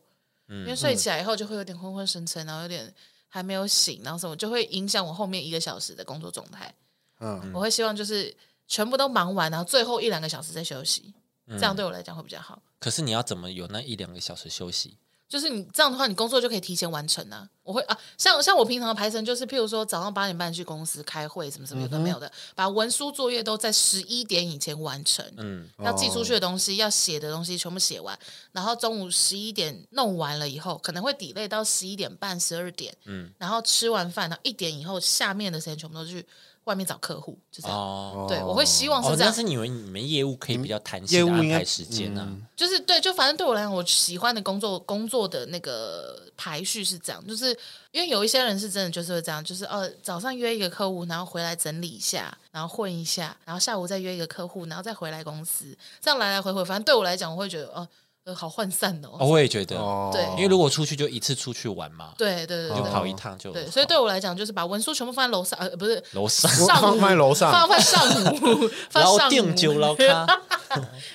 S2: 嗯
S1: 因为睡起来以后就会有点昏昏沉沉，然后有点还没有醒，然后什么就会影响我后面一个小时的工作状态。
S3: 嗯，
S1: 我会希望就是全部都忙完，然后最后一两
S2: 嗯
S1: 个小时再休息，这样对我来讲会比较好。
S2: 可是你要怎么有那一两个小时休息？
S1: 就是你这样的话，你工作就可以提前完成啊。我会啊，像像我平常的排程就是，譬如说早上八点半去公司开会，什么什么有的没有的，把文书作业都在十一点以前完成。
S2: 嗯，
S1: 要寄出去的东西，要写的东西全部写完，然后中午十一点弄完了以后，可能会 delay 到十一点半、十二点，嗯，然后吃完饭，然后一点以后，下面的时间全部都去外面找客户，就这样。
S2: 哦。
S1: 对，我会希望
S2: 哦
S1: 是，这
S2: 但
S1: 样，
S2: 是你们你们业务可以比较弹
S3: 嗯业
S2: 性
S3: 务
S2: 的安
S3: 应该嗯
S2: 排时间呢、啊？
S1: 就是对，就反正对我来讲，我喜欢的工作工作的那个排序是这样，就是因为有一些人是真的就是会这样，就是哦早上约一个客户，然后回来整理一下，然后混一下，然后下午再约一个客户，然后再回来公司，这样来来回回，反正对我来讲，我会觉得哦。呃，好涣散哦
S2: 哦，我也觉得，
S3: 哦，
S1: 对
S2: 因为如果出去就一次出去玩嘛，
S1: 对对对
S2: 就
S1: 对
S2: 跑一趟就
S1: 对，所以对我来讲，就是把文书全部放在楼上，呃，不是
S2: 哦楼上，
S3: 我
S1: 上
S3: 放
S1: 午
S3: 放在楼上
S1: 放放上午，放
S2: 老
S1: 上
S2: 定
S1: 午
S2: 就 老咖，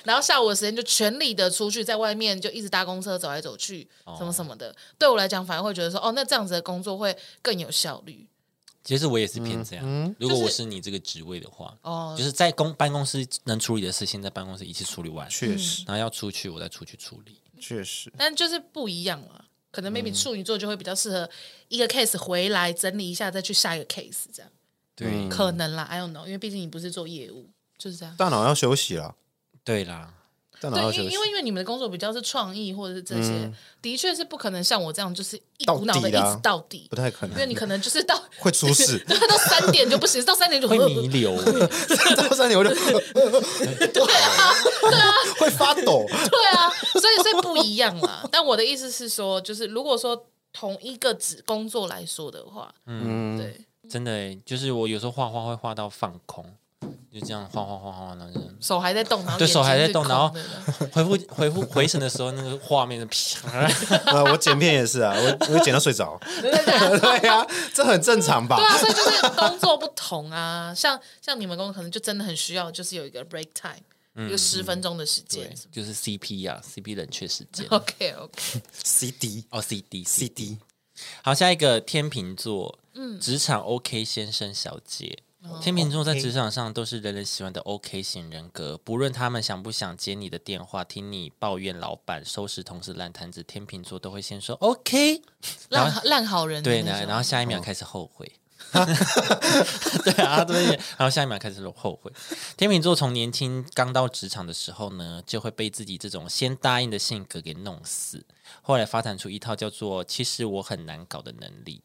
S1: 然后下午的时间就全力的出去，在外面就一直搭公车走来走去，
S3: 哦
S1: 什么什么的。对我来讲，反而会觉得说，哦，那这样子的工作会更有效率。
S2: 其实我也是
S3: 嗯
S2: 偏这样。如果
S1: 就是
S2: 我是你这个职位的话，
S1: 哦
S2: 就是在公办公室能处理的事，先在办公室一次处理完，
S3: 确实
S2: 然后要出去我再出去处理。
S1: 嗯
S3: 确实，
S1: 但就是不一样了，可能
S3: 嗯
S1: maybe 处女座就会比较适合一个 case 回来整理一下，再去下一个 case 这样，
S2: 对、
S3: 嗯
S1: 可能啦，I don't know，因为毕竟你不是做业务，就是这样。
S3: 大脑要休息了，
S2: 对啦，
S3: 大脑要
S1: 对，
S3: 休
S1: 因
S3: 息
S1: 因。为因为你们的工作比较是创意或者是这些，的确是不可能像我这样就是一
S3: 嗯到
S1: 股脑的
S3: 底
S1: 一
S3: 的啊
S1: 直到底
S3: 不，太可
S1: 因为
S3: 能，
S1: 你可能就是到。
S3: 会出事
S1: 对到三点就不行，到三点就
S2: 会 弥留、欸，
S3: 到三 点我就啊会发抖。
S1: 对啊，所以所以不一样 啦。但我的意思是说，就是如果说同一个职工作来说的话，嗯，对，
S2: 真的、欸，就是我有时候画画会画到放空，就这样画画画画，然后 就
S1: 手还在动，然后
S2: 对
S1: 眼
S2: 手还
S1: 睛
S2: 在
S1: 是
S2: 动
S1: 空
S2: 然后
S1: 的这样
S2: 回复回复回神的时候，那个画面就啪，
S3: 呃，我剪片也是啊，我我剪到睡着。对啊，这很正常吧
S1: 对？啊，所以就是工作不同啊， 像像你们工作可能就真的很需要，就是有一个 break time，、一
S2: 嗯
S1: 个十分钟的时
S2: 对
S1: 间。，
S2: 就是 CP 呀、啊、，CP 冷却时间
S1: OK OK，
S3: CD
S2: 哦，CD
S3: CD
S2: 好，下一个天秤座，嗯，职场 OK 先生小姐。天秤座在职场上都是人人喜欢的 OK 型人格，不论他们想不想接你的电话、听你抱怨老板、收拾同事烂摊子，天秤座都会先说 OK，
S1: 烂好烂好人的
S2: 对
S1: 那
S2: 呢，
S1: 种
S2: 然后下一秒开始后悔。 对啊，对，然后下一秒开始后悔。天秤座从年轻刚到职场的时候呢，就会被自己这种先答应的性格给弄死，后来发展出一套叫做“其实我很难搞”的能力。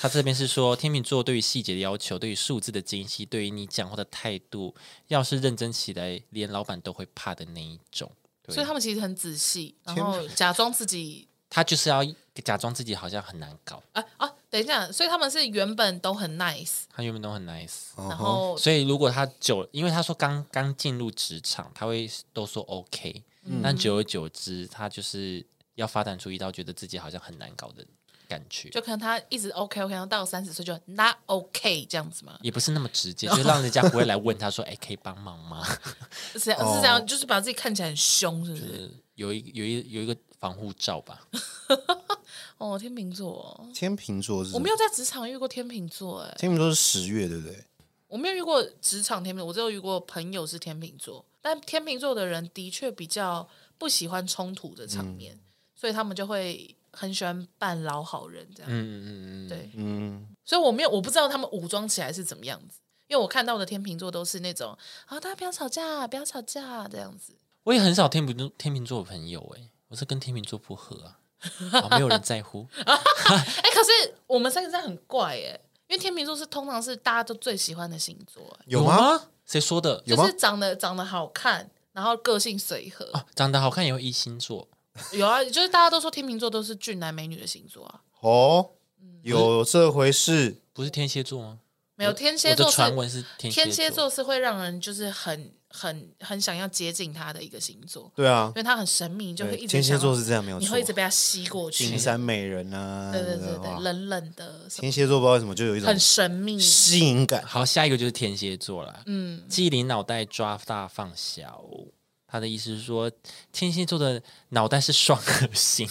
S2: 他这边是说，天秤座对于细节的要求，对于数字的精细，对于你讲话的态度，要是认真起来，连老板都会怕的那一种。
S1: 所以他们其实很仔细，然后假装自己
S2: 他就是要假装自己好像很难搞，
S1: 啊啊，等一下，所以他们是原本都很 nice，
S2: 他原本都很 nice。
S1: 然后
S2: 所以如果他久，因为他说刚刚进入职场，他会都说 OK，、但
S3: 嗯
S2: 久而久之，他就是要发展出一道觉得自己好像很难搞的感觉，
S1: 就可能他一直 OK OK，然后到三十岁就 not OK 这样子嘛，
S2: 也不是那么 直接，就让人家不会来问他说：“哎、可以帮忙吗
S1: 是这样
S2: 哦
S1: 是这样，就是把自己看起来很凶，是不？”是？
S2: 呃 有一有一有一个防护罩 吧，
S1: 哦，天秤座，
S3: 天秤座是
S1: 我没有在职场遇过天秤座，哎，
S3: 天秤座是十月对不对？
S1: 我没有遇过职场天秤，我只有遇过朋友是天秤座，但天秤座的人的确比较不喜欢冲突的
S2: 嗯
S1: 场面，所以他们就会很喜欢扮老好人这样。
S2: 嗯嗯嗯嗯，
S1: 对，
S3: 嗯，
S1: 所以我没有我不知道他们武装起来是怎么样子，因为我看到的天秤座都是那种啊，大家不要吵架，不要吵架这样子。
S2: 我也很少天秤座天秤座的朋友哎、我是跟天秤座不合啊，好没有人 在乎，
S1: 哎、可是我们三个真的很怪哎、因为天秤座是通常是大家都最喜欢的星座、哎
S3: 有吗？？
S2: 谁说的？
S3: 有
S1: 就
S3: 吗
S1: 是长得长得好看，然后个性随和。
S2: 啊长得好看也有一星座，
S1: 有啊，就是大家都说天秤座都是俊男美女的星座啊，
S3: 哦，
S1: 嗯
S3: 有这回事。
S2: 不是天蝎座吗？
S1: 没有天蝎
S2: 我的
S1: 座是
S2: 传闻是天
S1: 天蝎
S2: 座，
S1: 座是会让人就是很很很想要接近他的一个星座，
S3: 对啊
S1: 因，为他很神秘，你就会一
S3: 对
S1: 直
S3: 天蝎
S1: 想要
S3: 座是这样没有
S1: 你
S3: 错
S1: 会一。直被他吸过去
S3: 金。山美人啊，
S1: 对对对
S3: 那个
S1: 对，
S3: 哇
S1: 冷冷的，什么
S3: 天蝎座不知道为什么就有一种
S1: 很神秘。
S3: 吸引感。
S2: 好，下一个就是天蝎座啦。嗯，机灵脑袋抓大放小。他的意思是说，天蝎座的脑袋是双核心，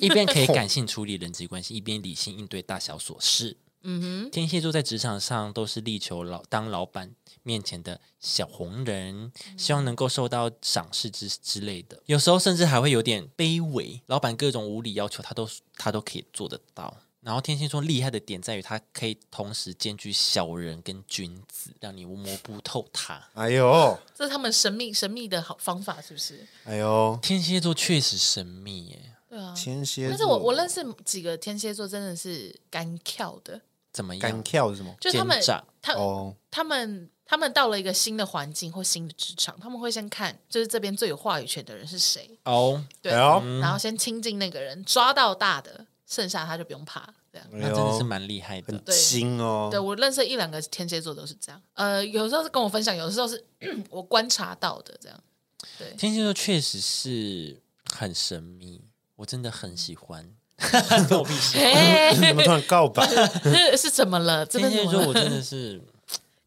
S2: 一边可以感性处理人际关系，一边理性应对大小琐事。
S1: 嗯哼，
S2: 天蝎座在职场上都是力求老当老板面前的小红人，希望能够受到赏识之之类的，有时候甚至还会有点卑微。老板各种无理要求，他都他都可以做得到。然后天蝎座厉害的点在于，他可以同时兼具小人跟君子，让你摸不透他。
S3: 哎呦，
S1: 这是他们神秘神秘的好方法，是不是？
S3: 哎呦，
S2: 天蝎座确实神秘耶，
S1: 对啊。
S3: 天蝎座，
S1: 但是我我认识几个天蝎座真的是干跳的，
S2: 怎么
S3: 干
S2: 样？
S3: 跳是什么？
S1: 就他们
S2: 奸诈
S1: 他
S3: 哦，
S1: 他们他们到了一个新的环境或新的职场，他们会先看就是这边最有话语权的人是谁，
S2: 哦，
S1: 对，
S3: 哎呦，
S1: 然后先亲近那个人，抓到大的，剩下他就不用怕，这样。
S3: 哎
S2: 那真的是
S3: 呦，
S2: 蛮厉害的
S3: 很。精哦
S1: 对，我认识一两个天蝎座都是这样，呃，有时候是跟我分享，有时候是 我观察到的这样。 对，
S2: 天蝎座确实是很神秘，我真的很喜欢。
S1: 哎
S3: 怎么突然告 白？
S1: 是是怎么了？这
S2: 天
S1: 边怎
S2: 蝎
S1: 么
S2: 座我
S1: 了？
S2: 真的是，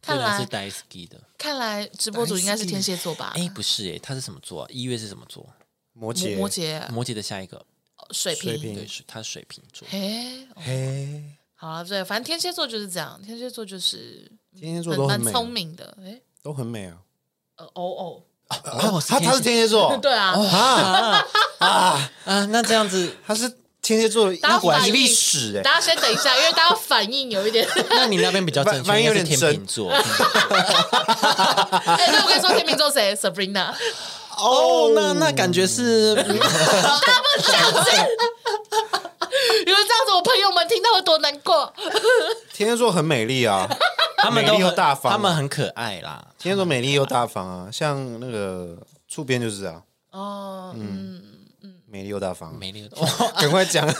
S1: 看
S2: 真
S1: 来啊
S2: 的是 d i s k 的。
S1: 看来直播主应该是天蝎座吧？
S2: 哎，不是哎，他是什么座啊？一月是什么座？
S1: 摩
S3: 摩羯，
S1: 摩羯、哦
S2: 摩羯的下一个，
S1: 啊水
S3: 水
S1: 瓶。
S3: 瓶
S2: 对，是他是水瓶座。
S1: 哎，
S3: 嘿，
S1: 好了，对，反正天蝎座就是这样，天蝎座就是
S3: 天蝎座
S1: 很
S3: 都很
S1: 蛮
S3: 美，
S1: 聪明的。哎，
S3: 都很美啊。
S1: 呃，偶偶，，
S2: 哦，
S3: 他他是天蝎 座
S1: 对啊，
S2: 啊，那这样子，
S3: 他是天蝎座，
S1: 大家
S3: 那果然
S1: 反
S3: 是
S1: 应
S3: 历史哎。
S1: 大家先等一下，因为大家反应有一点。
S2: 那你那边比较正确，
S3: 反反应有
S2: 应该
S3: 点
S2: 是天秤座。
S1: 哎，对，我跟你说，天秤座谁？Sabrina。
S2: 哦，嗯那那感觉是，
S1: 因为这样子，我朋友们听到会多难过。
S3: 天蝎座很美丽啊，
S2: 他们
S3: 美
S2: 都
S3: 丽又
S2: 很
S3: 大方啊
S2: 他们很可爱啦。
S3: 天蝎座美丽又大方啊，像那个触边就是啊，
S1: 哦，嗯，
S3: 美丽又大方。啊
S2: 美丽的，哇
S3: 赶快讲，
S1: 嗯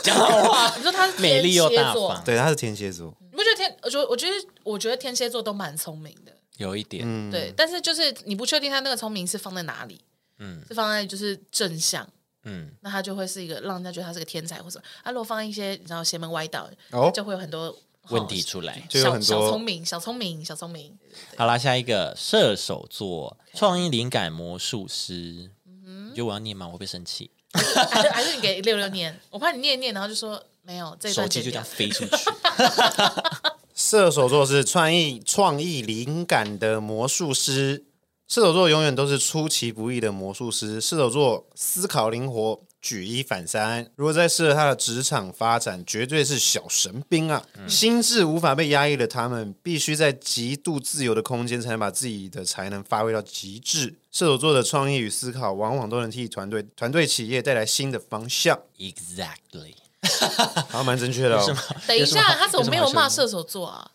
S1: 你说他是
S2: 美丽又
S1: 天蝎
S2: 大
S1: 座
S2: 方，
S3: 对，他是天蝎座，
S1: 你不觉得天？我觉得，我觉得，我觉得天蝎座都蛮聪明的，
S2: 有一点。
S3: 嗯，
S1: 对。但是就是你不确定他那个聪明是放在哪里，
S2: 嗯
S1: 是放在就是正向，
S2: 嗯，
S1: 那他就会是一个让人家觉得他是个天才或者什么。啊，如果放在一些然后邪门歪道，
S3: 哦
S1: 他就会有很多
S2: 问题出来。
S3: 就有
S1: 小
S3: 很
S1: 小聪
S3: 多
S1: 明，小聪明，小聪明。
S2: 好啦，下一个射手座，创意灵感魔术师。
S1: 嗯
S2: 你觉得我要念吗？我会不会生气？
S1: 还是还是你给六六念，我怕你念一念，然后就说没有这一
S2: 手
S1: 段
S2: 机
S1: 剪
S2: 就
S1: 掉
S2: 这样。飞出 去。
S3: 射手座是创意、创意灵感的魔术师。射手座永远都是出其不意的魔术师。射手座思考灵活，举一反三。如果在适合他的职场发展，绝对是小神兵啊！心智无法被压抑的他们，必须在极度自由的空间，才能把自己的才能发挥到极致。射手座的创意与思考，往往都能替团队、团队企业带来新的方向。
S2: Exactly。
S3: 好像蛮正确的、哦。
S1: 等一下，他怎么没有骂
S2: 射？
S1: 射手座啊？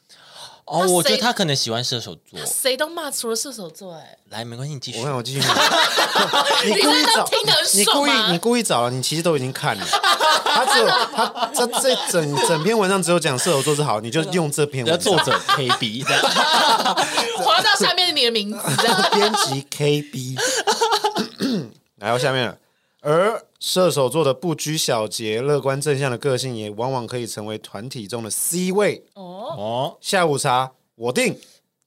S2: 哦，我觉得
S1: 谁
S2: 他可能喜欢射手座。
S1: 谁都骂，除了射手座、哎，
S2: 来，没关系，你继续
S3: 我。看我继续念， 你故意找
S1: 你在那听得很，
S3: 你
S1: 爽
S3: 故意
S1: 吗
S3: 你故意找了，你其实都已经看了。他只有他这这整整篇文章只有讲射手座是好，你就用这篇
S2: 然
S3: 文
S2: 后
S3: 章
S2: 作者 KB 这样，
S1: 滑到下面是你的名字， 这样
S3: 编辑 KB。来到下面了，而射手座的不拘小节、乐观正向的个性，也往往可以成为团体中的 C 位。
S1: 哦，
S2: 哦，
S3: 下午茶我定，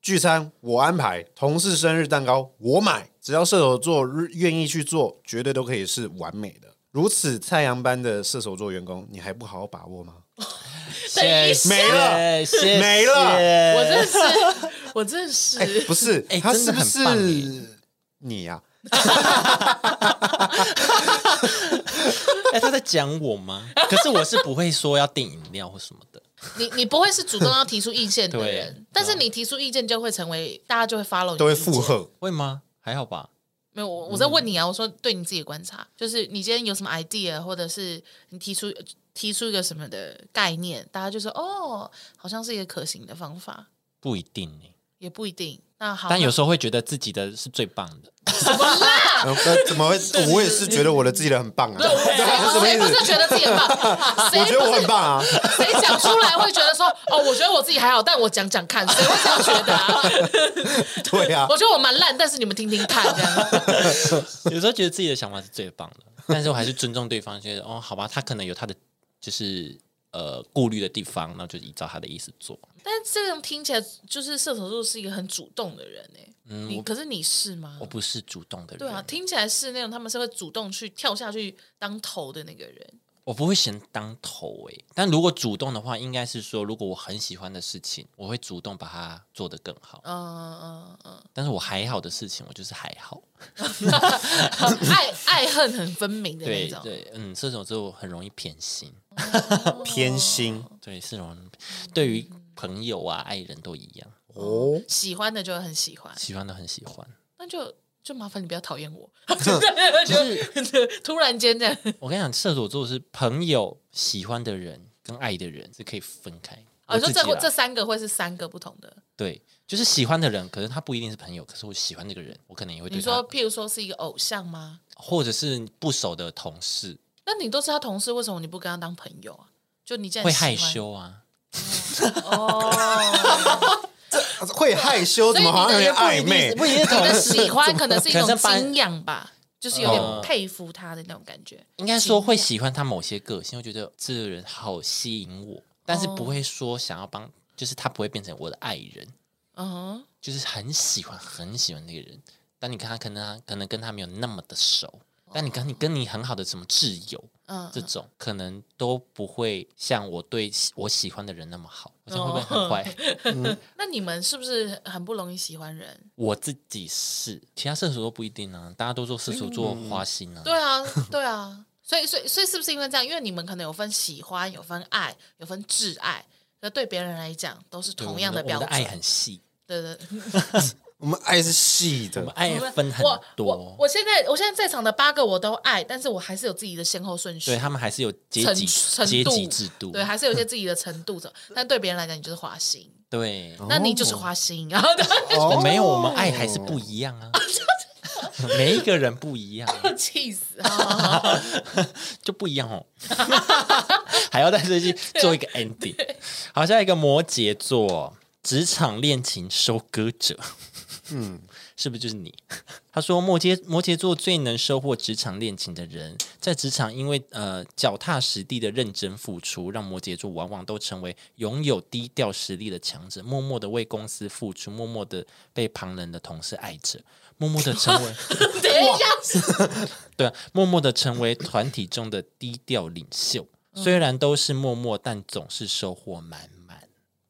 S3: 聚餐我安排，同事生日蛋糕我买，只要射手座愿意去做，绝对都可以是完美的。如此太阳般的射手座员工，你还不好好把握吗？
S1: 等一
S2: 谢
S1: 下
S2: 谢，
S3: 没了
S2: 谢谢
S3: 没了
S1: 我真的是，我真的是，
S3: 哎、不是，
S2: 哎
S3: 他
S2: 真
S3: 是
S2: 的
S3: 不
S2: 很
S3: 是
S2: 棒
S3: 你啊呀、
S2: 哎，他在讲 我吗？可是我是不会说要订饮料或什么的。
S1: 你你不会是主动要提出意见的
S2: 对啊
S1: 人，但是你提出意见就会成为大家就会 follow，你
S3: 都会
S1: 的意见
S3: 附。和。
S2: 会吗？还好吧。
S1: 没有，我我在
S2: 嗯
S1: 问你啊，我说对你自己的观察，就是你今天有什么 idea，或者是你提出提出一个什么的概念，大家就说哦，好像是一个可行的方法，
S2: 不一定欸
S1: 也不一定。那好，
S2: 但有时候会觉得自己的是最棒的。
S3: 呃呃怎么会？我也是觉得我的自己的很棒啊！ 什么
S1: 谁
S3: 意
S1: 不是
S3: 思？
S1: 觉得自己很棒？ 谁
S3: 我觉得我
S1: 不
S3: 很
S1: 是
S3: 棒啊！
S1: 谁讲出来会觉得说哦，我觉得我自己还好，但我讲讲看，谁会这样觉得啊？
S3: 对啊
S1: 我，觉得我蛮烂，但是你们听听看，这样
S2: 有时候觉得自己的想法是最棒的，但是我还是尊重对方，觉得哦，好吧，他可能有他的就是呃顾虑的地方，那就依照他的意思做。
S1: 但这样听起来，就是射手座是一个很主动的人哎、你可是你是吗
S2: 嗯
S1: 啊
S2: 我？不是主动的人，
S1: 对啊，听起来是那种他们是会主动去跳下去当头的那个人。
S2: 我不会先当头诶、但如果主动的话，应该是说，如果我很喜欢的事情，我会主动把它做得更好。
S1: 嗯嗯嗯
S2: 但是我还好的事情，我就是还好。
S1: 嗯，爱爱恨很分明的那
S2: 对
S1: 种。
S2: 对，嗯，射手座很容易偏心，
S3: 偏心
S2: 对，是容易对于朋友啊、爱人都一样，
S3: 哦，
S1: 喜欢的就会很喜欢，
S2: 喜欢都很喜欢。
S1: 那就就麻烦你不要讨厌 我， 就突然间这样，
S2: 我跟你讲，射手座是朋友、喜欢的人跟爱的人是可以分开。
S1: 哦，
S2: 我
S1: 你说
S2: 自己
S1: 这
S2: 啦
S1: 这三个会是三个不同的。
S2: 对，就是喜欢的人，可是他不一定是朋友，可是我喜欢这个人，我可啊能也会对
S1: 你
S2: 他
S1: 说，，譬如说是一个偶像吗？
S2: 或者是不熟的同事
S1: 那你都是他同事，为什么你不跟他当朋友啊？就你既然
S2: 会
S1: 喜欢
S2: 害羞啊。
S1: 哦，
S3: 会害羞，
S1: 所
S3: 怎
S1: 以
S3: 么好像有
S1: 你的也不一
S3: 点暧
S1: 定
S3: 昧
S1: 是？不一定的喜欢，可能是一种
S2: 可能是班
S1: 敬仰吧，就是有点
S2: 哦
S1: 佩服他的那种感觉。
S2: 应该说会喜欢他某些个性，会觉得这个人好吸引我，但是
S1: 哦
S2: 不会说想要帮，就是他不会变成我的爱人，
S1: 嗯哼，
S2: 就是很喜欢很喜欢这个人。但你看他可能他可能跟他没有那么的熟，但你跟你跟你很好的什么挚友
S1: 嗯，
S2: 这种，可能都不会像我对喜我喜欢的人那么好，我这样会不
S1: 哦
S2: 会很坏？
S1: 那你们是不是很不容易喜欢人？
S2: 我自己是，其他射手座不一定啊，大家都说射手座花心啊。
S1: 嗯对啊， 对啊，所以所以所以是不是因为这样？因为你们可能有分喜欢，有分爱，有分挚爱，那对别人来讲都是
S2: 对
S1: 同样
S2: 我们
S1: 标
S2: 我们
S1: 准。
S2: 的爱很细，
S1: 对对对，
S3: 我们爱是细
S2: 我们
S3: 的，
S2: 爱分很
S1: 我我
S2: 多，
S1: 我现在我现在在场的八个我都爱，但是我还是有自己的先后顺序。
S2: 对他们还是有阶级
S1: 程
S2: 阶
S1: 程度
S2: 级制度，
S1: 对，还是有一些自己的程度的，但对别人来讲，你就是花心，
S2: 对
S3: 哦
S1: 那你就是花心，然后他
S2: 我没有，我们爱还是
S1: 哦
S2: 不一样啊，每一个人不一样，
S1: 就 气死 啊！
S2: 就不一样哦， 还要在这去做一个 ending。好，下一个摩羯座，职场恋情收割者，嗯，是不是就是你？他说摩羯摩羯座最能收获职场恋情的人，在职场因为呃脚踏实地的认真付出，让摩羯座往往都成为拥有低调实力的强者，默默的为公司付出，默默的被旁人的同事爱着，默默的成为。
S1: 等一下，
S2: 对啊，默默的成为团体中的低调领袖。 虽然都是默默，但总是收获满满。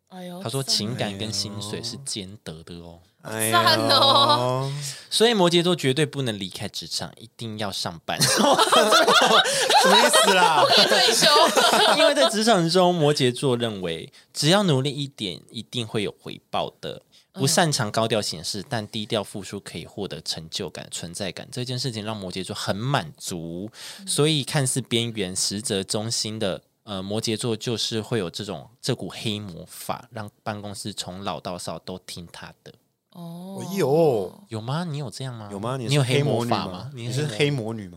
S1: 哎呦，
S2: 他说，情感跟薪水是兼得的哦，
S3: 哎
S1: 赞哦
S3: 呦，
S2: 所以摩羯座绝对不能离开职场，一定要上班。
S3: 什么意思啊啦？
S1: 可以退休，
S2: 因为在职场中，摩羯座认为只要努力一点，一定会有回报的。不擅长高调显示，但低调付出可以获得成就感、存在感。这件事情让摩羯座很满足，所以看似边缘，实则中心的。呃，摩羯座就是会有这种这股黑魔法，让办公室从老到少都听他的。
S1: 哦
S3: 哎，呦，
S2: 有吗？你有这样吗？
S3: 有吗？
S2: 你
S3: 是
S2: 有
S3: 黑
S2: 魔
S3: 女
S2: 法吗？
S3: 你是
S2: 魔
S3: 黑魔女吗？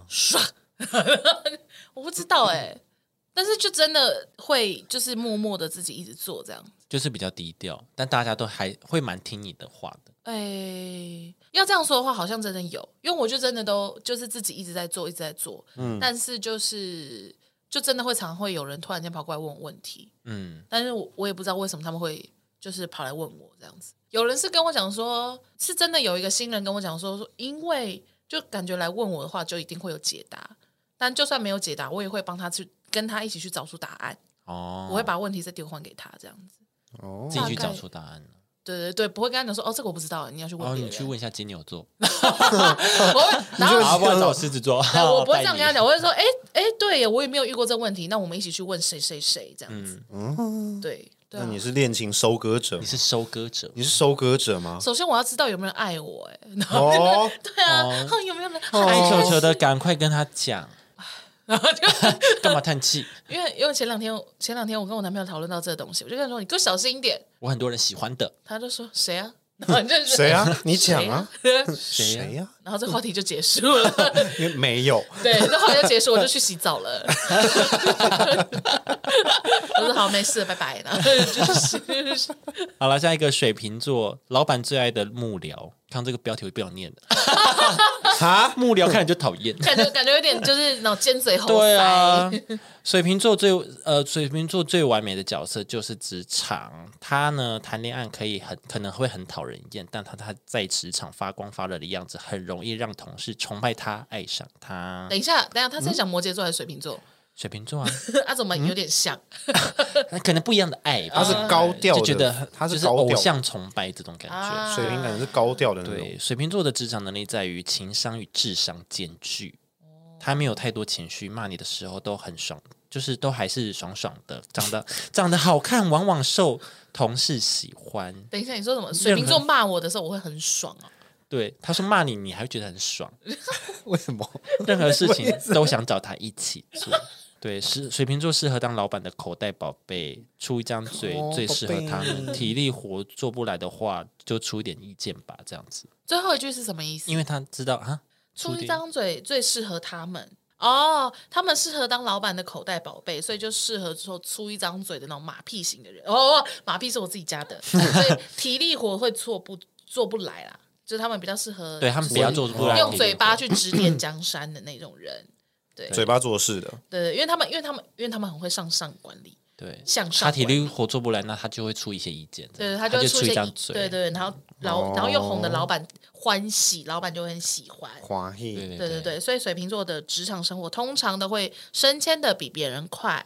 S1: 我不知道哎，但是就真的会就是默默的自己一直做这样。
S2: 就是比较低调，但大家都还会蛮听你的话的。
S1: 哎，要这样说的话，好像真的有，因为我就真的都就是自己一直在做，一直在做，嗯，但是就是就真的会常会有人突然间跑过来问我问题，
S2: 嗯，
S1: 但是我我也不知道为什么他们会就是跑来问我这样子。有人是跟我讲说，是真的有一个新人跟我讲说，说因为就感觉来问我的话，就一定会有解答，但就算没有解答，我也会帮他去跟他一起去找出答案，
S2: 哦，
S1: 我会把问题再丢还给他这样子。
S3: 哦
S2: 自己去找出答案。
S1: 对对对，不会跟他讲说哦，这个我不知道，你要去问
S2: 哦，
S1: 别
S2: 你
S1: 人。
S2: 去问一下金牛座，
S1: 我会，然后
S2: 啊，不然找狮子座。
S1: 对，我不 会这样跟他讲，我会说，哎、哎、对耶，我也没有遇过这个问题，那我们一起去问谁谁谁这样子。对对、
S3: 嗯那
S1: 啊。
S3: 你是恋情收割者
S2: 你？是收割 者，
S3: 你是收割者 吗？
S1: 首先我要知道有没有人爱我，哎，然后
S3: 哦，
S1: 对啊，哼 有没有人爱
S2: 爱哦哎球
S1: 我？
S2: 球的，赶快跟他 讲，
S1: 然后就
S2: 干嘛叹气？
S1: 因为因为前两天前两天我跟我男朋友讨论到这个东西，我就跟他说你给我小心一点，
S2: 我很多人喜欢的，
S1: 他就说谁啊？然后你就
S3: 谁啊？ 你讲
S1: 谁
S3: 啊
S1: 啊？？
S2: 谁啊
S3: 谁呀？
S1: 然后这话题就结束了。
S3: 因为没有，
S1: 对，这话题就结束，我就去洗澡了。 我说好，没事，拜拜。然后就是
S2: 好了，下一个水瓶座，老板最爱的幕僚。看这个标题我就不想念了，
S3: 哈，
S2: 幕僚看着就讨 厌。
S1: 感觉感觉有点就是那种尖 嘴猴腮。
S2: 对啊，水瓶座最呃，水瓶座最完美的角色就是职场。他呢，谈恋爱可以很可能会很讨人厌，但他他在职场发光发热的样子，很容易让同事崇拜他，爱上他。
S1: 等一下，等一下，他是在讲摩羯座还是水瓶座？
S2: 水瓶座啊，
S1: 啊，怎
S3: 嗯
S1: 么有点像？
S2: 那可能不一样的爱吧，
S3: 他是高调的
S2: 就觉得
S3: 他是
S2: 就
S3: 高调的
S2: 偶像崇拜这种感觉。
S1: 啊
S3: 水平可能是高调的那种。
S2: 对，水瓶座的职场能力在于情商与智商兼具，
S3: 哦
S2: 他没有太多情绪，骂你的时候都很爽，就是都还是爽爽的，长得长得好看，往往受同事喜欢。
S1: 等一下，你说什么？水瓶座骂我的时候，我会很爽啊。
S2: 对，他说骂你，你还会觉得很爽，
S3: 为什么？
S2: 任何 事情都想找他一起做。对，是水瓶座适合当老板的口袋宝贝，出一张嘴
S3: 哦
S2: 最适合他
S3: 宝贝
S2: 们。体力活做不来的话，就出一点意见吧，这样子，
S1: 最后一句是什么意思？
S2: 因为他知道啊，
S1: 出一
S2: 点
S1: 张嘴最适合他们哦，他们适合当老板的口袋宝贝，所以就适合说出一张嘴的那种马屁型的人。哦，马屁是我自己家 的，所以体力活会做不做不来啦，就是他们比较适合
S2: 对他们不要做不来，
S1: 用嘴巴去指点江山的那种人。对
S3: 嘴巴做事的，
S1: 对对，因为他们因为他们因为他们很会向上管理，
S2: 对，
S1: 向上
S2: 他体
S1: 管理
S2: 力活做不来，那他就会出一些意见。这
S1: 对，
S2: 样
S1: 他
S2: 就
S1: 会出一
S2: 一
S1: 些
S2: 张
S1: 对对
S2: 嘴。哦
S1: 对，然后然后然后又哄得老板欢喜，老板就会很喜欢。
S3: 华裔
S2: 对
S1: 对对
S2: 对
S1: 对，所以水瓶座的职场生活通常都会升迁的比别人快，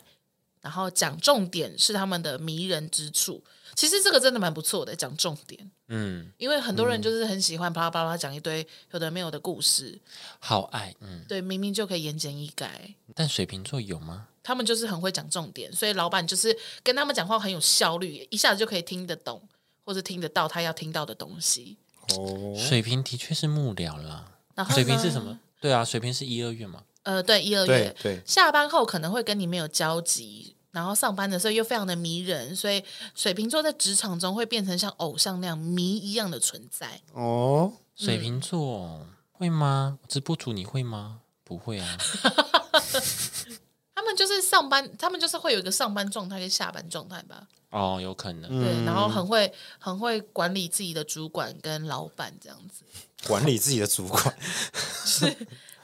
S1: 然后讲重点是他们的迷人之处。其实这个真的蛮不错的，讲重点，
S2: 嗯，
S1: 因为很多人就是很喜欢巴拉巴拉讲一堆有的没有的故事，
S2: 好爱，嗯，
S1: 对，明明就可以言简意赅。
S2: 但水瓶座有吗？
S1: 他们就是很会讲重点，所以老板就是跟他们讲话很有效率，一下子就可以听得懂或者听得到他要听到的东西。
S3: 哦，
S2: 水瓶的确是幕僚啦，
S1: 然后呢
S2: 水瓶是什么？对啊，水瓶是一二月嘛，
S1: 呃，对，一二
S3: 对
S1: 月，
S3: 对
S1: 下班后可能会跟你没有交集，然后上班的时候又非常的迷人，所以水瓶座在职场中会变成像偶像那样迷一样的存在。
S3: 哦，
S2: 水
S1: 嗯
S2: 瓶座会吗？直播主你会吗？不会啊，
S1: 他们就是上班，他们就是会有一个上班状态跟下班状态吧，
S2: 哦，有可
S3: 嗯
S2: 能，
S1: 对，然后很会很会管理自己的主管跟老板这样子，
S3: 管理自己的主管，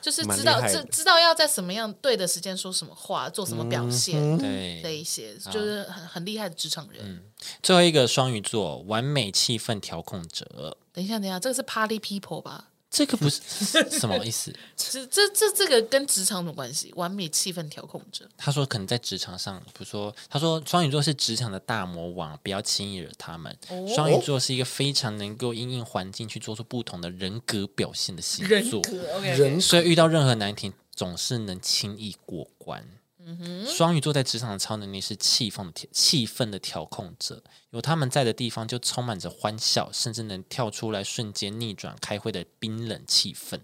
S1: 就是
S3: 蛮
S1: 知
S3: 厉
S1: 道
S3: 害
S1: 知
S3: 的
S1: 知道要在什么样对的时间说什么话，做什么表现
S3: 嗯
S1: 这
S2: 对。
S1: 一些，就是很很厉害的职场人。
S2: 最后一个双鱼座，完美气氛调控者，
S1: 等一下，等一下，这个是 Party People 吧？
S2: 这个不是 什么意思？
S1: 这这这这个跟职场有关系，完美气氛调控者。
S2: 他说可能在职场上，比如说，他说双鱼座是职场的大魔王，不要轻易惹他们。双鱼座是一个非常能够因应环境去做出不同的人格表现的星座，
S1: OK，
S3: 人
S2: 所以遇到任何难题总是能轻易过关。双鱼座在职场的超能力是气氛的调气氛的调控者，有他们在的地方就充满着欢笑，甚至能跳出来瞬间逆转开会的冰冷气氛。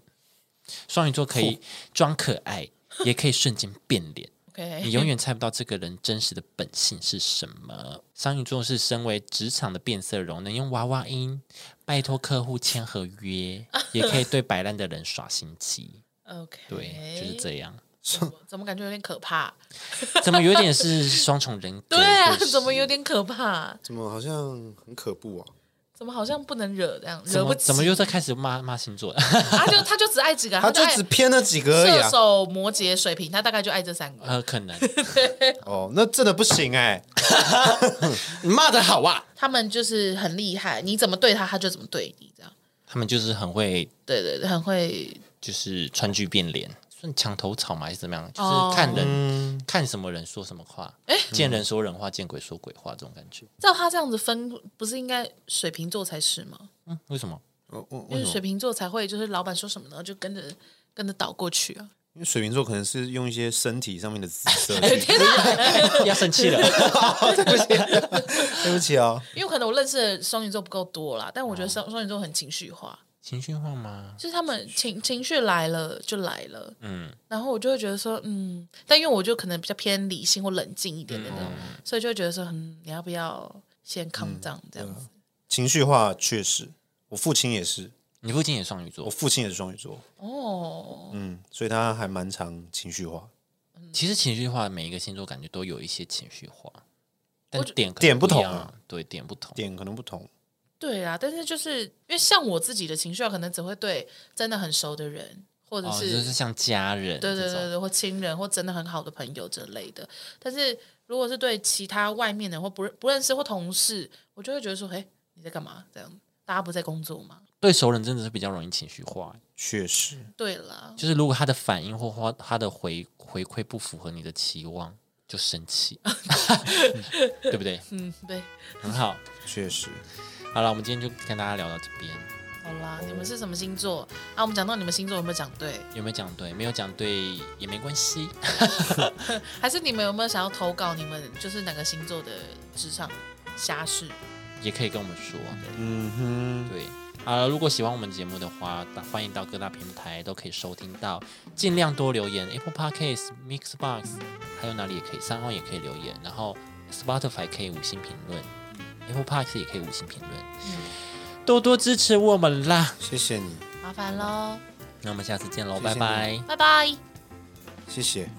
S2: 双鱼座可以装可爱，也可以瞬间变脸。
S1: OK，
S2: 你永远猜不到这个人真实的本性是什么。双鱼座是身为职场的变色龙，能用娃娃音拜托客户签合约，也可以对摆烂的人耍心机。
S1: OK，哎
S2: 对，就是这样。
S1: 样。怎么感觉有点可怕？
S2: 怎么有点是双重人 格？
S1: 对啊
S2: 或者，是
S1: 怎么有点可怕？
S3: 怎么好像很可怖啊？
S1: 怎么好像不能惹这样？
S2: 怎
S1: 惹不
S2: 么
S1: 起？
S2: 怎么又在开始骂骂星座了？
S1: 他就他就只爱几个，
S3: 他
S1: 就
S3: 就
S1: 爱
S3: 只偏了几个而已
S1: 射
S3: 啊。
S1: 手、摩羯、水瓶，他大概就爱这三个。
S2: 呃，可能
S3: 哦，那真的不行哎、
S2: 你骂的好啊，
S1: 他们就是很厉害，你怎么对他，他就怎么对你，这样。
S2: 他们就是很会，
S1: 对对对，很会
S2: 就是川剧变脸，算墙头草嘛，还是怎么样？就
S1: 哦哎
S2: 是看人、看什么人说什么话，见人说人话，见鬼说鬼话这种感觉。
S1: 照他这样子分，不是应该水瓶座才是吗？
S2: 嗯，为什么？
S3: 哦哦
S1: 因为水瓶座才会，就是老板说什么，然后就跟着跟着倒过去啊。
S3: 因为水瓶座可能是用一些身体上面的姿色。
S2: 要生气了？
S3: 对不起哦，
S1: 因为可能我认识的双鱼座不够多啦，但我觉得双双鱼座很情绪化。
S2: 情绪化吗？
S1: 就是他们情情绪来了就来了，
S2: 嗯，
S1: 然后我就会觉得说，嗯，但因为我就可能比较偏理性或冷静一点的那种，所以就会觉得说，嗯，你要不要先 calm down 这样子？
S3: 情绪化确实，我父亲也是，
S2: 你父亲也双鱼
S3: 我
S2: 座，
S3: 父亲也是双鱼座，
S1: 哦，
S3: 嗯，所以他还蛮常情绪化，
S2: 其实情绪化每一个星座感觉都有一些情绪化，但点可能
S3: 点不
S2: 不一
S3: 同
S2: 样
S3: 啊，
S2: 对，点不同。
S3: 点可能不同。
S1: 对啊，但是就是因为像我自己的情绪，可能只会对真的很熟的人，或者
S2: 哦，
S1: 是、
S2: 就是像家人
S1: 对对
S2: 这
S1: 对
S2: 种，
S1: 对，或亲人或真的很好的朋友之类的。但是如果是对其他外面的或不认不认识或同事，我就会觉得说，哎，你在干嘛？这样大家不在工作吗？
S2: 对熟人真的是比较容易情绪化，
S3: 确实，
S1: 对啦，
S2: 就是如果他的反应或或他的回回馈不符合你的期望，就 生气，对不对？
S1: 嗯，对，
S2: 很好，
S3: 确实，
S2: 好了，我们今天就跟大家聊到这边，
S1: 好啦，你们是什么星座啊？我们讲到你们星座有没有讲对？
S2: 有没有讲对？没有讲对也没关系，
S1: 还是你们有没有想要投稿你们就是哪个星座的职场瞎事？
S2: 也可以跟我们说。
S3: 嗯哼，
S2: 对，好了，如果喜欢我们节目的话，大欢迎到各大平台都可以收听到，尽量多留言，Apple Podcast、Mixbox，还有哪里也可以，三号也可以留言，然后 Spotify 可以五星评论，Apple Podcast 也可以五星评论，
S3: 嗯
S2: 多多支持我们啦！
S3: 谢谢你，
S1: 麻烦喽，
S2: 那我们下次见喽，
S3: 谢
S2: 拜
S3: 谢
S2: 拜。
S1: 拜拜。
S3: 谢谢。